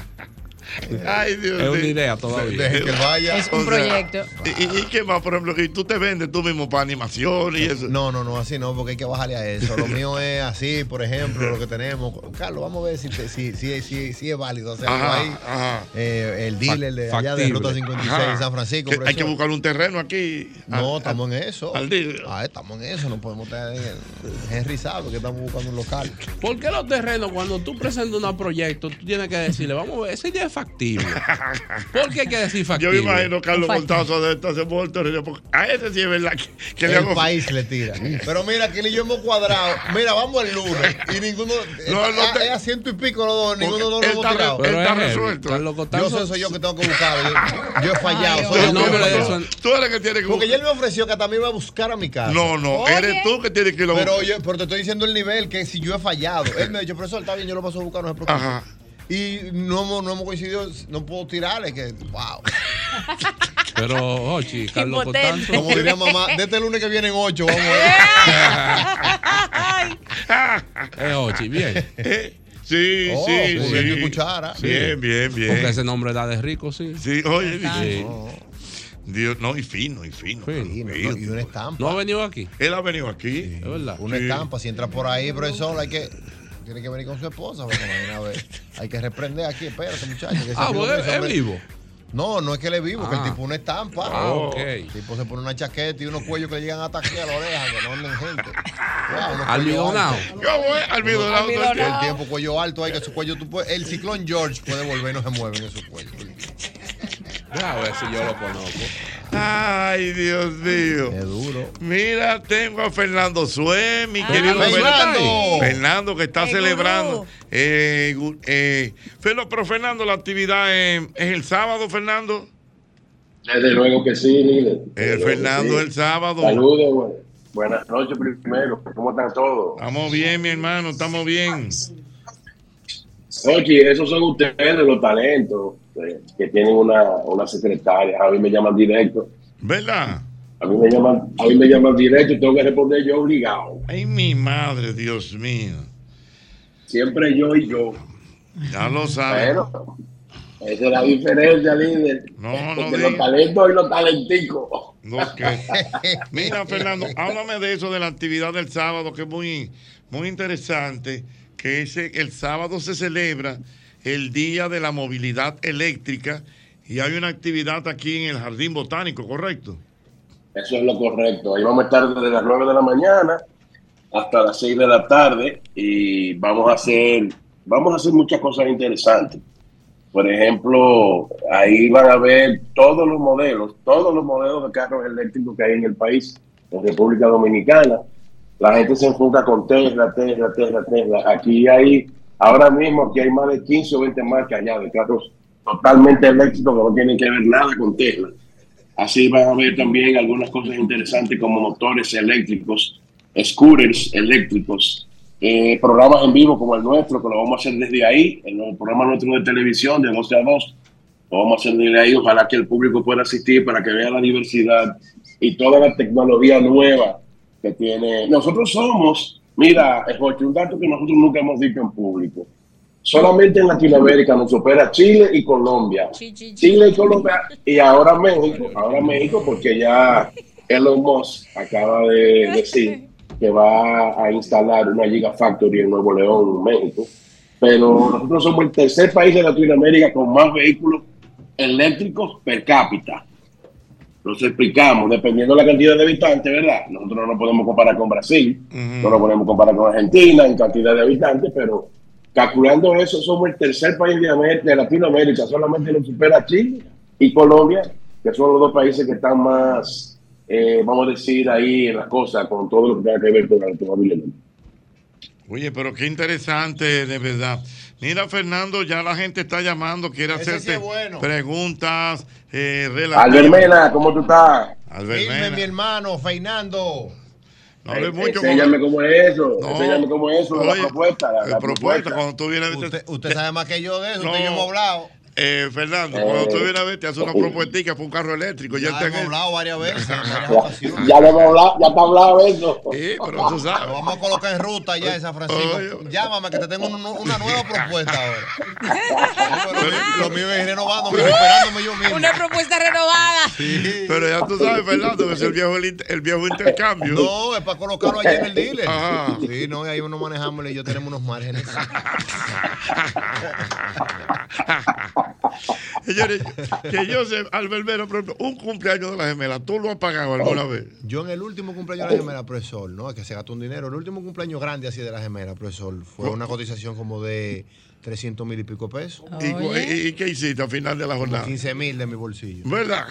C: Ay, Dios
Q: Es una
C: mío.
Q: idea todavía.
E: Dejen que vaya.
D: Es un
C: O sea,
D: proyecto.
C: ¿y, y- y qué más, por ejemplo? Y tú te vendes tú mismo para animación y eso.
E: No, no, no, así no, porque hay que bajarle a eso. Lo mío es así, por ejemplo, lo que tenemos. Carlos, vamos a ver si, te- si, si, si, si es válido hacerlo
C: Ajá,
E: ahí.
C: ajá.
E: Eh, el dealer de allá de
C: Factible.
E: Ruta 56
C: Ajá.
E: en San Francisco.
C: Que hay
E: profesor.
C: que buscar un terreno aquí.
E: No,
C: Al-
E: estamos en eso.
C: al dealer.
E: Ah, estamos en eso, no podemos estar en el Henry Sabe, que estamos buscando un local.
Q: ¿Por qué los terrenos, cuando tú presentas un proyecto, tú tienes que decirle, vamos a ver, esa idea es factible? ¿Por qué hay que decir
C: Yo
Q: factible?
C: me imagino a Carlos Montazo de esta se muerto de risa, porque a ese sí es verdad que, que le
E: el
C: hago.
E: país le tira. Pero mira, aquí él y yo hemos cuadrado. Mira, vamos el lunes. Y ninguno.
C: No,
E: No,
C: no te-
E: es a ciento y pico los dos. Ninguno no lo
C: él
E: hemos
C: está re-
E: tirado.
C: él Pero está es él, resuelto. Carlos
E: Yo
C: Costanzo-
E: soy, soy yo que tengo que buscarlo. Yo, yo he fallado.
C: Ay,
E: soy
C: Dios.
E: yo
C: No,
E: que he
C: pero
E: fallado.
C: eso- Tú eres que tienes que
E: Porque ya él me ofreció que también iba a buscar a mi casa.
C: No, no, eres tú que tienes que ir a buscar.
E: Pero, yo, pero te estoy diciendo el nivel que si yo he fallado. Él me ha dicho, profesor, está bien, yo lo paso a buscar, no se preocupe.
C: Ajá.
E: Y no, hemos- no hemos coincidido, no puedo tirarle, que wow.
Q: Pero, Ochi, Carlos Contanzo.
E: Como diría mamá, de este lunes que vienen ocho, vamos a ver.
Q: <laughs> Es Ochi, bien.
C: Sí,
E: Oh,
C: sí,
E: pues
C: sí.
E: bien que escuchara.
C: Bien, bien, bien.
Q: Porque ese nombre da de rico, sí.
C: Sí, oye,
Q: Sí.
C: Dios, no, y fino, y fino.
E: Fino,
C: fino.
E: no, y una estampa.
Q: ¿No ha venido aquí?
C: Él ha venido aquí.
Q: Es verdad.
E: Una estampa, si entras por ahí, profesor, hay que. Tiene que venir con su esposa, porque imagina, a ver, Hay que reprender aquí, espérate, muchachos. que ese
Q: Ah,
E: amigo
Q: bueno,
E: mío, ese
Q: es
E: hombre-
Q: vivo.
E: No, no es que le vivo, que el
Q: Ah.
E: tipo una estampa.
Q: Ah, ok.
E: El tipo se pone una chaqueta y unos cuellos que le llegan hasta aquí a la oreja, que no anden gente. Wow, unos
Q: Almidonao.
E: cuellos altos.
C: ¿Cómo es? Almidonao.
E: El tiempo cuello alto, hay que su cuello tú puedes- El ciclón George puede volver y no se mueve en su cuello.
Q: Déjame ver si yo lo conozco.
C: Ay, Dios mío.
E: Qué duro.
C: Mira, tengo a Fernando Sue, mi
E: Ah,
C: querido
E: Fernando.
C: Fernando. Fernando que está
E: El gurú.
C: celebrando. Eh, gu- eh, Fernando, pero Fernando, la actividad eh, es el sábado, Fernando.
T: Desde luego que sí, líder.
C: Eh, Fernando, el sábado.
T: Saludos, bu- buenas noches primero. ¿Cómo están todos?
C: Estamos bien, mi hermano, estamos bien.
T: Oye, esos son ustedes los talentos eh, que tienen una, una secretaria. A mí me llaman directo.
C: ¿Verdad?
T: A mí me llaman, a mí me llaman directo y tengo que responder yo obligado.
C: Ay, mi madre, Dios mío.
T: Siempre yo y yo.
C: Ya lo sabes.
T: Bueno, esa es la diferencia, líder.
C: No, no
T: Porque
C: diga.
T: los talentos y los talenticos.
C: Ok.
T: <laughs>
C: Mira, Fernando, háblame de eso, de la actividad del sábado, que es muy, muy interesante, que ese, el sábado se celebra el Día de la Movilidad Eléctrica y hay una actividad aquí en el Jardín Botánico, ¿correcto?
T: Eso es lo correcto. Ahí vamos a estar desde las 9 de la mañana hasta las 6 de la tarde y vamos a hacer, vamos a hacer muchas cosas interesantes. Por ejemplo, ahí van a ver todos los modelos, todos los modelos de carros eléctricos que hay en el país, en República Dominicana. La gente se enfoca con Tesla, Tesla, Tesla, Tesla. Aquí hay, ahora mismo aquí hay más de 15 o 20 marcas ya de carros totalmente eléctricos que no tienen que ver nada con Tesla. Así van a ver también algunas cosas interesantes como motores eléctricos, scooters eléctricos, eh, programas en vivo como el nuestro, que lo vamos a hacer desde ahí, en los programas nuestros de televisión de 12 a 2. Lo vamos a hacer desde ahí, ojalá que el público pueda asistir para que vea la diversidad y toda la tecnología nueva que tiene. Nosotros somos, mira, Jorge, un dato que nosotros nunca hemos dicho en público. solamente en Latinoamérica nos supera Chile y Colombia. Chile y Colombia y ahora México, ahora México porque ya Elon Musk acaba de decir que va a instalar una Gigafactory en Nuevo León, México. Pero nosotros somos el tercer país de Latinoamérica con más vehículos eléctricos per cápita. Nos explicamos, dependiendo de la cantidad de habitantes, ¿verdad? Nosotros no nos podemos comparar con Brasil, no lo podemos comparar con Argentina en cantidad de habitantes, pero calculando eso, somos el tercer país de, Amer- de Latinoamérica, solamente nos supera Chile y Colombia, que son los dos países que están más, eh, vamos a decir, ahí en las cosas, con todo lo que tenga que ver con el automóvil. eléctrico.
C: Oye, pero qué interesante, de verdad. Mira, Fernando, ya la gente está llamando, quiere
T: Ese sí
C: hacerte
T: es bueno.
C: preguntas, eh, relativas.
T: Albert Mena, ¿cómo tú estás?
C: Albert
E: Firme,
C: Mena.
E: mi hermano, Feinando.
C: No hables mucho.
T: Enséñame
C: como-
T: cómo es eso,
C: No.
T: enséñame cómo es eso,
C: Oye,
T: la propuesta. La,
C: la
T: la
C: propuesta, cuando tú vienes a ver. Usted,
E: sabe más que yo de
C: eso,
E: usted y yo hemos
C: hablado. Eh, Fernando, cuando tú vienes a ver, te hace una propuestica para un carro eléctrico. Ya, hemos hablado <laughs>
E: varias veces.
T: Ya lo hemos hablado, ya está hablado eso.
C: Sí, pero tú sabes.
E: Lo vamos a colocar en ruta ya en San Francisco. Llámame que te tengo un- una nueva propuesta ahora. Lo mío es renovando, <laughs> recuperándome yo mismo.
D: Una propuesta renovada.
C: Pero ya tú sabes, Fernando, que es el viejo, el inter- el viejo intercambio.
E: No, es para colocarlo allá en el dealer.
C: Ajá.
E: Sí, no, y ahí uno manejamos y yo tenemos unos márgenes.
C: <laughs> Señores, que yo sé, Albert Mena, por ejemplo, un cumpleaños de la gemela, ¿tú lo has pagado
T: Oh.
C: alguna vez?
E: Yo en el último cumpleaños de la gemela, profesor, ¿no? Es que se gastó un dinero. El último cumpleaños grande así de la gemela, profesor, fue una cotización como de 300 mil y pico pesos.
C: ¿Y, cu- y- y qué hiciste al final de la jornada?
E: 15 mil de mi bolsillo.
C: ¿Verdad?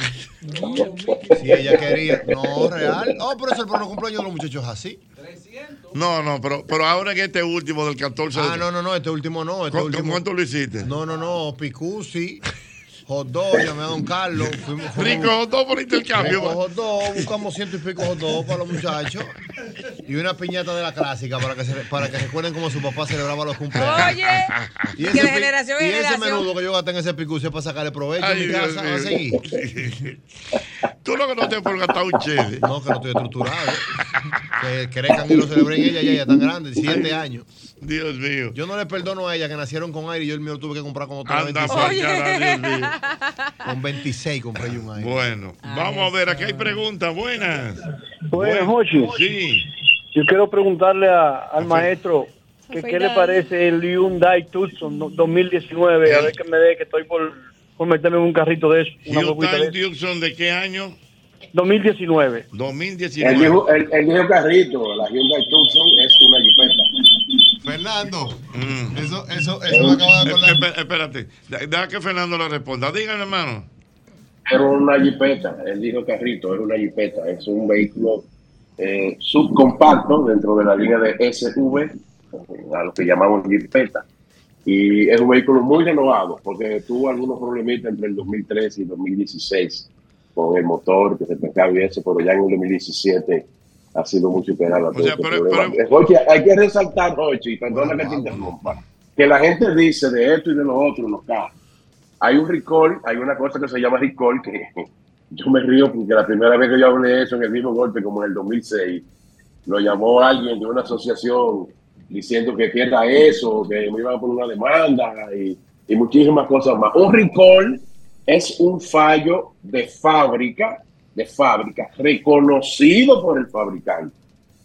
E: Si ella quería. No, real. No, profesor, pero los cumpleaños de los muchachos es así.
C: No, no, pero, pero ahora que este último del 14 de-
E: Ah, no, no, no, este último no. Este
C: ¿Con- con
E: último...
C: cuánto lo hiciste?
E: No, no, no, Picusi, Hot Dog, llamé a
C: <laughs>
E: Don Carlos. Fuimos,
C: Rico Hot Dog por intercambio.
E: Rico Hot Dog, buscamos ciento y pico Hot Dog para los muchachos. Y una piñata de la clásica para que, se, para que recuerden cómo su papá celebraba los cumpleaños.
B: Oye,
E: <laughs> y
B: que de
E: pi-
B: generación en
E: y ese
B: generación.
E: menudo que yo gasté en ese Picusi es para sacarle provecho
C: Ay,
E: en mi
C: Dios
E: casa. Va a
C: mío.
E: seguir.
C: <laughs> Tú lo que no te por gastar un chede.
E: No, que no estoy estructurado. ¿eh? Que crezcan y lo celebren ella, ya, ya tan grande, siete años.
C: Dios mío.
E: Yo no le perdono a ella que nacieron con aire y yo el mío lo tuve que comprar cuando tenía
C: Anda
E: 26.
C: para allá, Dios mío.
E: Con 26 compré yo un aire.
C: Bueno, Vamos a ver, aquí hay preguntas buenas.
U: Buenas noches.
C: Sí.
U: Yo quiero preguntarle a- al maestro que qué le
C: Fernando.
U: parece el Hyundai Tucson no- 2019. A ver que me dé, que estoy por, por meterme en un carrito de eso. Una guaguita de
C: Hyundai Tucson, ¿de qué año?
U: 2019.
C: 2019.
T: El viejo, el, el viejo carrito, la Hyundai Tucson es una jipeta.
E: Fernando,
C: Mm.
E: eso, eso, eh,
T: eso me acabo de acordar.
C: espérate, da- deja que Fernando lo responda. Díganle, hermano.
T: Era una jipeta, él dijo carrito, era una jipeta, es un vehículo eh, subcompacto dentro de la línea de SV, eh, a lo que llamamos jipeta. Y es un vehículo muy renovado, porque tuvo algunos problemitas entre el 2013 y 2016 con el motor que se pescaba y eso, pero ya en el 2017 ha sido muy superado. a todo este problema. Jorge, hay que resaltar, Jochi, perdona que te interrumpa, que la gente dice de esto y de lo otro en los carros hay un recall, hay una cosa que se llama recall, que <laughs> yo me río porque la primera vez que yo hablé de eso en el mismo golpe, como en el 2006, lo llamó alguien de una asociación diciendo que pierda eso, que me iban a poner una demanda y, y muchísimas cosas más. Un recall es un fallo de fábrica, de fábrica, reconocido por el fabricante.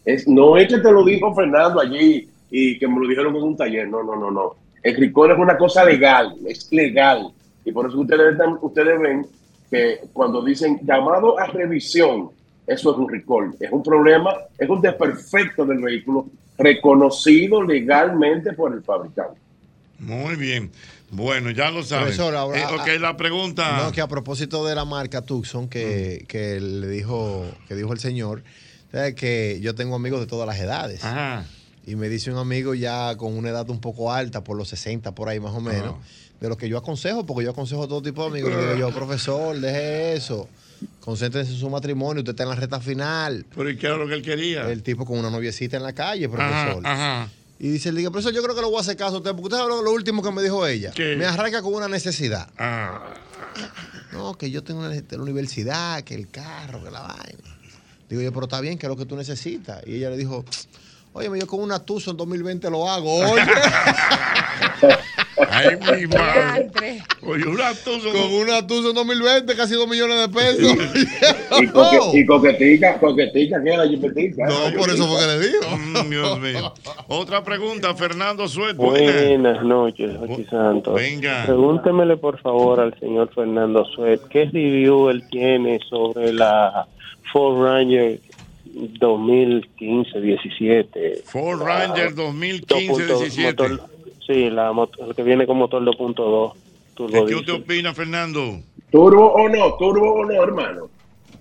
T: Es, no es que te lo dijo Fernando allí y que me lo dijeron en un taller. No, no, no, no. El recall es una cosa legal, es legal. Y por eso ustedes, están- ustedes ven que cuando dicen llamado a revisión, eso es un recall. Es un problema, es un desperfecto del vehículo reconocido legalmente por el fabricante.
C: Muy bien. Bueno, ya lo sabes.
E: Profesor, ahora-
C: Eh, ok, la pregunta.
E: No, que a propósito de la marca Tucson que,
C: Mm.
E: que le dijo, que dijo el señor, ¿sabes? que yo tengo amigos de todas las edades. Y me dice un amigo ya con una edad un poco alta, por los 60, por ahí más o menos, de lo que yo aconsejo, porque yo aconsejo a todo tipo de amigos. Le digo yo, profesor, deje eso. Concéntrese en su matrimonio, usted está en la reta final.
C: Pero ¿y qué era lo que él quería?
E: El tipo con una noviecita en la calle,
C: Ajá,
E: profesor.
C: ajá.
E: Y dice el día, profesor, yo creo que le voy a hacer caso a usted, porque usted habló lo último que me dijo ella. Me arranca con una necesidad.
C: Ah.
E: No, que yo tengo una necesidad de la universidad, que el carro, que la vaina. Digo yo, pero está bien, que es lo que tú necesitas. Y ella le dijo, oye, yo con una Tucson 2020 lo hago. Oye.
C: <laughs> Ay, mi madre.
E: Diantre.
C: Oye, una Tucson.
E: Con una Tucson 2020, casi 2 millones de pesos.
T: <laughs>
E: Oh.
T: Y, coque- y coquetica, coquetica, que era yupetica. ¿eh? No,
E: por eso fue que le digo.
C: Dios mío. Otra pregunta, Fernando Suet.
V: Buenas noches, Jochi Santos.
C: Venga.
V: Pregúntemele por favor al señor Fernando Suet qué review él tiene sobre la Forerunner 2015-17.
C: Ford Ranger 2015-17.
V: Ah, Sí, la moto- el que viene con motor 2.2 turbo
C: ¿Qué usted opina, Fernando?
T: Turbo o no, turbo o no, hermano.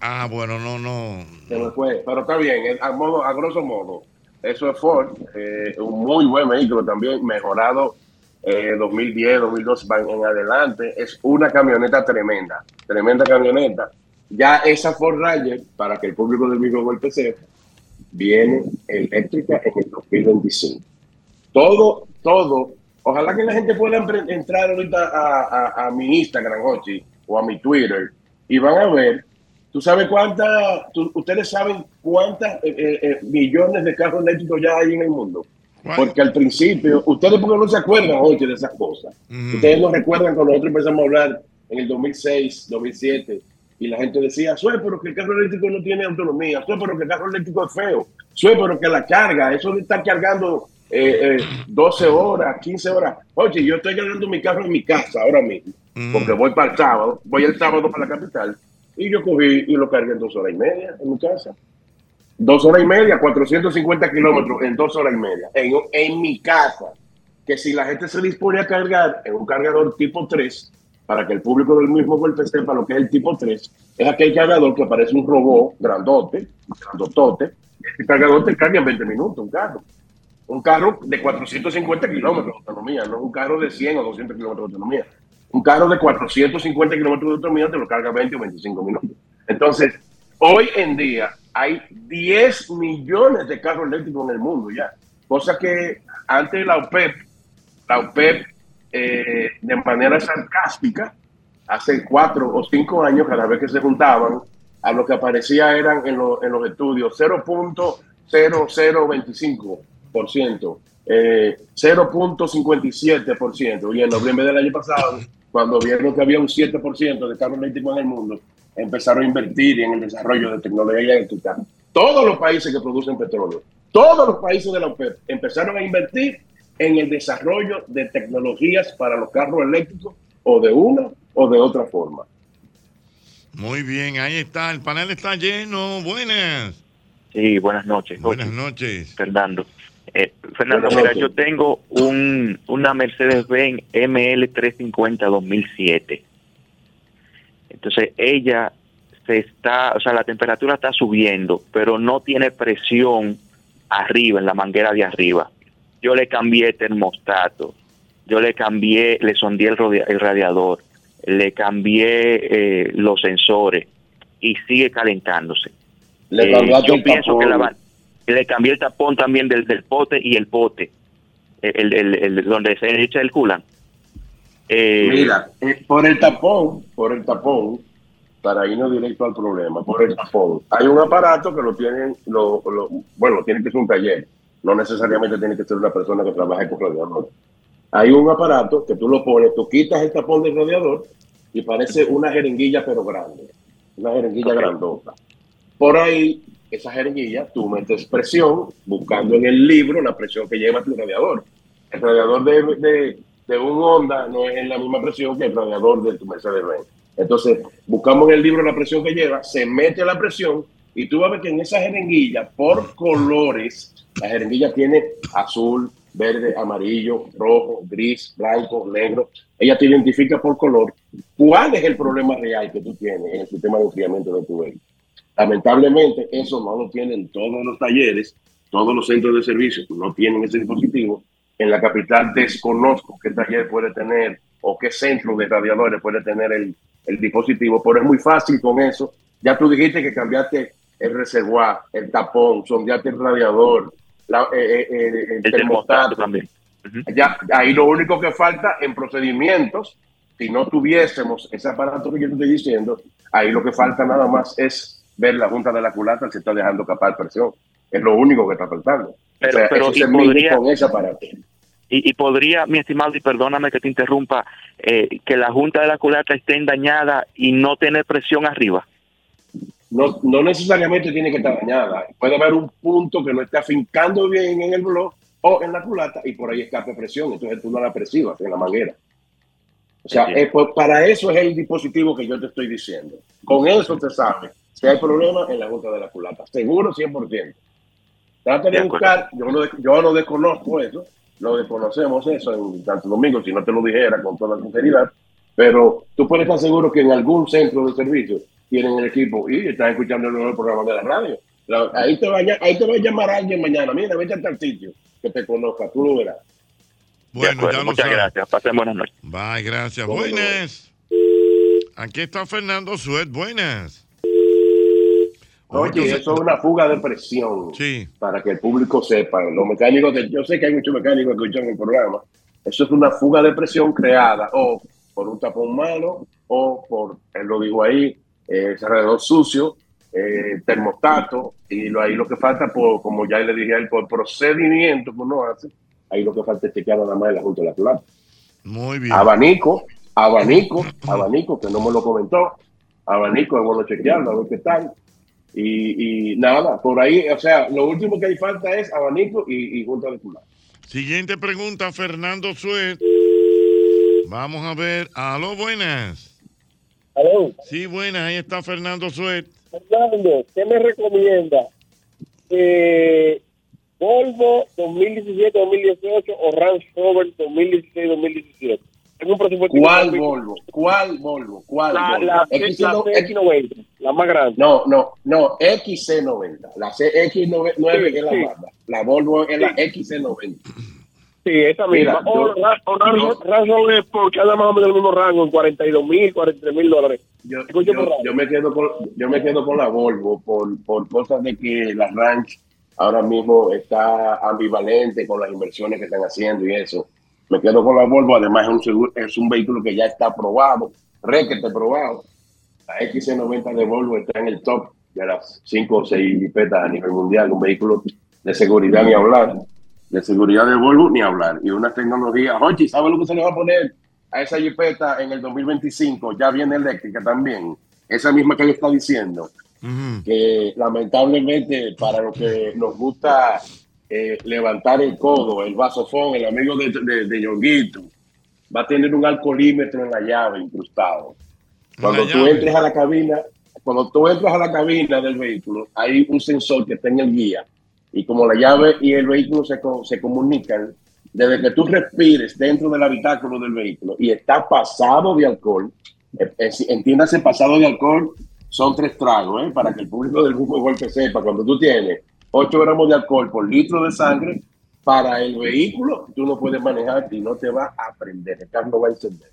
C: Ah, bueno, no, no.
T: Se me fue, pero está bien, eh, a, modo, a grosso modo. Eso es Ford, eh, un muy buen vehículo también, mejorado eh, 2010, 2012 van en adelante. Es una camioneta tremenda, tremenda camioneta. Ya esa Ford Ranger, para que el público del micro golpe sepa, viene eléctrica en el 2025. Todo, todo. Ojalá que la gente pueda empre- entrar ahorita a, a- a mi Instagram, Hochi, o a mi Twitter, y van a ver. ¿Tú sabes cuántas, ustedes saben cuántas eh, eh, eh, millones de carros eléctricos ya hay en el mundo? Porque al principio, ustedes porque no se acuerdan, Hochi, de esas cosas. Ustedes no recuerdan cuando nosotros empezamos a hablar en el 2006, 2007, y la gente decía, sué, pero que el carro eléctrico no tiene autonomía, sué, pero que el carro eléctrico es feo, sué, pero que la carga, eso de estar cargando eh, eh, 12 horas, 15 horas. Oye, yo estoy cargando mi carro en mi casa ahora mismo, porque voy para el sábado, voy el sábado para la capital, y yo cogí y lo cargué en dos horas y media en mi casa. Dos horas y media, 450 kilómetros en dos horas y media, en, en mi casa. Que si la gente se dispone a cargar en un cargador tipo 3, para que el público del mismo golpe sepa lo que es el tipo 3, es aquel cargador que parece un robot grandote, grandotote. Ese Este cargador te carga en 20 minutos, un carro. Un carro de 450 kilómetros de autonomía, no un carro de 100 o 200 kilómetros de autonomía. Un carro de 450 kilómetros de autonomía te lo carga 20 o 25 minutos. Entonces, Hoy en día hay 10 millones de carros eléctricos en el mundo ya, cosa que antes la OPEP, la OPEP eh, de manera sarcástica, hace cuatro o cinco años cada vez que se juntaban, a lo que aparecía eran en, lo- en los estudios 0.0025%, eh, 0.57%, y en noviembre del año pasado, cuando vieron que había un 7% de carros eléctricos en el mundo, empezaron a invertir en el desarrollo de tecnología eléctrica. Todos los países que producen petróleo, todos los países de la OPEP empezaron a invertir en el desarrollo de tecnologías para los carros eléctricos o de una o de otra forma.
C: Muy bien, ahí está. El panel está lleno. Buenas.
W: Sí, buenas noches.
C: Buenas noches.
W: Fernando. Eh, Fernando,
C: Buenas
W: mira,
C: noches.
W: yo tengo un, una Mercedes-Benz ML350 2007. Entonces, ella se está, o sea, la temperatura está subiendo, pero no tiene presión arriba, en la manguera de arriba. Yo le cambié termostato, yo le cambié, le sondeé el, rodia- el radiador, le cambié eh, los sensores y sigue calentándose.
T: Le
W: Eh,
T: cambiaste
W: yo
T: el
W: pienso
T: tapón.
W: que la va- le cambié el tapón también del, del pote y el pote, el, el- el- el- donde se echa el culan. Eh,
T: Mira, eh, por el tapón, por el tapón, para irnos directo al problema, por el tapón. Hay un aparato que lo tienen, lo, lo- bueno, tiene que ser un taller, no necesariamente tiene que ser una persona que trabaje con radiador. Hay un aparato que tú lo pones, tú quitas el tapón del radiador y parece una jeringuilla pero grande, una jeringuilla grandota. Por ahí, esa jeringuilla, tú metes presión buscando en el libro la presión que lleva tu radiador. El radiador de, de- de un Honda no es la misma presión que el radiador de tu Mercedes-Benz. Entonces, buscamos en el libro la presión que lleva, se mete la presión y tú vas a ver que en esa jeringuilla, por colores, la jeringuilla tiene azul, verde, amarillo, rojo, gris, blanco, negro. Ella te identifica por color cuál es el problema real que tú tienes en el sistema de enfriamiento de tu vehículo. Lamentablemente, eso no lo tienen todos los talleres, todos los centros de servicio no tienen ese dispositivo. En la capital desconozco qué taller puede tener o qué centro de radiadores puede tener el, el dispositivo, pero es muy fácil con eso. Ya tú dijiste que cambiaste el reservoir, el tapón, sondeaste el radiador, la- eh, eh, eh, el,
W: el termostato
T: termostato.
W: también.
T: Ya, ahí lo único que falta en procedimientos, si no tuviésemos ese aparato que yo te estoy diciendo, ahí lo que falta nada más es ver la junta de la culata se está dejando capar presión. Es lo único que está faltando.
W: Pero- pero,
T: eso
W: y
T: se mide
W: podría-
T: con ese aparato.
W: Y, y podría, mi estimado, y perdóname que te interrumpa, eh, que la Junta de la Culata esté dañada y no tener presión arriba.
T: No, no necesariamente tiene que estar dañada. Puede haber un punto que no esté afincando bien en el blog o en la culata y por ahí escape presión. Entonces tú no la presionas en la manguera. O sea,
A: Entiendo.
T: eh, pues, para eso es el dispositivo que yo te estoy diciendo. Con eso te sabe si hay problema en la Junta de la Culata. Seguro 100%. Trata de,
A: De acuerdo.
T: buscar, yo no, des- yo no desconozco eso, no desconocemos eso en Santo Domingo, si no te lo dijera con toda sinceridad, pero tú puedes estar seguro que en algún centro de servicio tienen el equipo y están escuchando el nuevo programa de la radio. La- ahí, te va, a ll- ahí te va a llamar alguien mañana, mira, vete a tal sitio que te conozca, tú lo verás.
C: Bueno,
W: acuerdo. Muchas gracias. Pasen buenas noches.
C: Bye, gracias. Buenas. Aquí está Fernando Suet. Buenas.
T: Oye, eso es una fuga de presión. Para que el público sepa. Los mecánicos, de- yo sé que hay muchos mecánicos que escuchan el programa. Eso es una fuga de presión creada o por un tapón malo o por, él lo dijo ahí, eh, cerrador sucio, eh, termostato. Y lo, ahí lo que falta, por, como ya le dije a él, por procedimiento que uno hace, ahí lo que falta es chequear nada más en la Junta de la Plata.
C: Muy bien.
T: Abanico, abanico, abanico, que no me lo comentó. Abanico, es bueno chequearlo, a ver qué tal. Y, y nada, por ahí, o sea, lo último que hay falta es abanico y, y junta de culata.
C: Siguiente pregunta, Fernando Suet. Vamos a ver. Aló, buenas.
J: Aló.
C: Sí, buenas. Ahí está Fernando Suet.
J: Fernando, ¿qué me recomienda? Eh, Volvo 2017-2018 o Range Rover 2016-2017. Tengo un presupuesto.
T: ¿Cuál Volvo? ¿Cuál Volvo? ¿Cuál
J: La,
T: Volvo?
J: la,
T: X-
J: la
T: no- X-
J: X90, la más grande.
T: No, no, no, XC90. La CX9
J: Sí,
T: es la
J: sí.
T: Mazda. La Volvo es la XC90.
J: Sí, esa misma.
T: Mira,
J: o
T: yo-
J: Ra- o Range
T: yo-
J: Range Rover Sport, que anda más o menos del mismo rango, en 42 mil, 43 mil dólares.
T: Yo,
J: Escucho por
T: yo,
J: radio.
T: yo me quedo con yo me quedo con la Volvo por, por cosas de que la Ranch ahora mismo está ambivalente con las inversiones que están haciendo y eso. Me quedo con la Volvo, además es un seguro- es un vehículo que ya está probado, requete probado. La XC90 de Volvo está en el top de las 5 o 6 jipetas a nivel mundial, un vehículo de seguridad ni hablar, de seguridad de Volvo ni hablar y una tecnología, Jochi, ¿sabes lo que se le va a poner? a esa jipeta en el 2025 ya viene eléctrica también. Esa misma que yo está diciendo,
A: Mm.
T: que lamentablemente para los que nos gusta eh, levantar el codo, el vasofón, el amigo de, de, de Yonguito, va a tener un alcoholímetro en la llave incrustado. Cuando
C: la
T: tú
C: llave.
T: entres a la cabina, cuando tú entras a la cabina del vehículo, hay un sensor que está en el guía y como la llave y el vehículo se, co- se comunican, desde que tú respires dentro del habitáculo del vehículo y está pasado de alcohol, eh, eh, si- entiéndase pasado de alcohol, son tres tragos, ¿eh? para que el público del grupo igual que sepa, cuando tú tienes 8 gramos de alcohol por litro de sangre, para el vehículo tú no puedes manejar y no te va a prender, el carro no va a encender.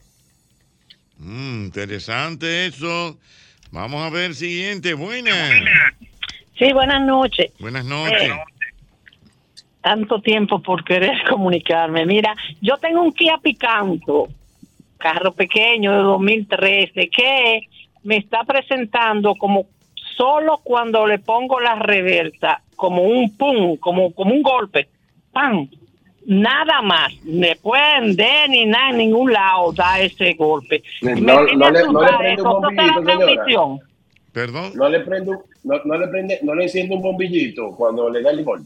C: Mm, interesante eso. Vamos a ver, siguiente. Buenas.
P: Sí, buenas noches.
C: Buenas noches.
P: Tanto tiempo por querer <laughs> comunicarme. Mira, yo tengo un Kia Picanto, carro pequeño de 2013, que me está presentando como solo cuando le pongo la reversa, como un pum, como, como un golpe. ¡Pam! Nada más. Me pueden de ni nada en ningún lado da ese golpe.
T: No,
P: Me
T: no
P: tiene
T: le- no le
P: asustada, ¿eso
T: prende un
P: será
T: bombillito, señora.
P: transmisión?
C: Perdón.
T: No le prende, un- no, no le prende, no le enciende un bombillito cuando le da el limón.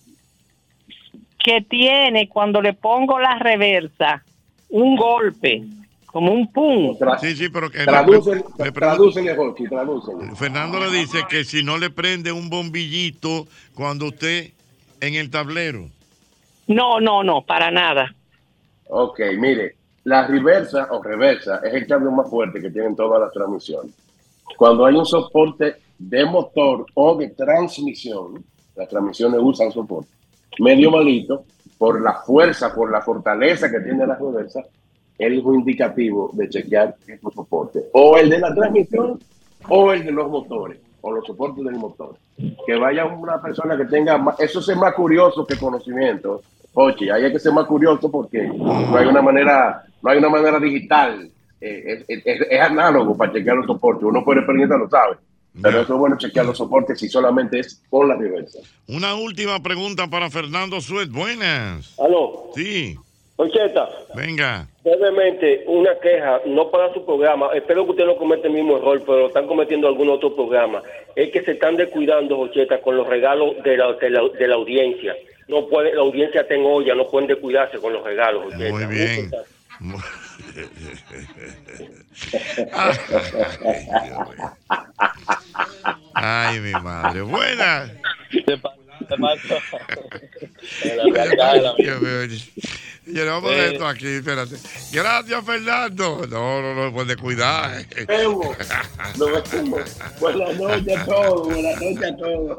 P: que tiene cuando le pongo la reversa un golpe, como un pum.
C: Sí, sí, pero que
P: Traduce-
C: le- le-
T: Tradúcele, Jochi, tradúcele.
C: Fernando le dice que si no le prende un bombillito cuando usted en el tablero.
P: No, no, no, para nada.
T: Ok, mire, la reversa o reversa es el cambio más fuerte que tienen todas las transmisiones. Cuando hay un soporte de motor o de transmisión, las transmisiones usan soporte medio malito por la fuerza, por la fortaleza que tiene la reversa, el hijo indicativo de chequear estos soportes. O el de la transmisión o el de los motores, o los soportes del motor. Que vaya una persona que tenga más, eso es más curioso que conocimiento. Oye, ahí hay que ser más curioso porque no hay una manera, no hay una manera digital, Eh, es, es- es análogo para chequear los soportes. Uno puede experiencia lo sabe, pero eso es bueno chequear los soportes si solamente es con la reversa.
C: Una última pregunta para Fernando Suet. Buenas.
J: Aló.
C: Sí.
J: Ocheta,
C: Venga. <laughs>
J: brevemente, una queja, no para su programa. Espero que usted no cometa el mismo error, pero lo están cometiendo algún otro programa. Es que se están descuidando, Ocheta, con los regalos de la, de la, de la audiencia. No puede, la audiencia está en olla, no pueden descuidarse con los regalos, Ocheta.
C: Muy bien. Mu- Ay, Dios mío. Ay, mi madre. Buena. Yo veo- yo no voy a poner esto aquí, espérate. Gracias, Fernando. No, no, no, pues de cuidar. <laughs>
B: Buenas noches a todos, buenas noches a todos.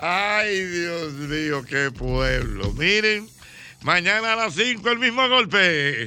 C: Ay, Dios mío, qué pueblo. Miren, mañana a las 5 el mismo golpe.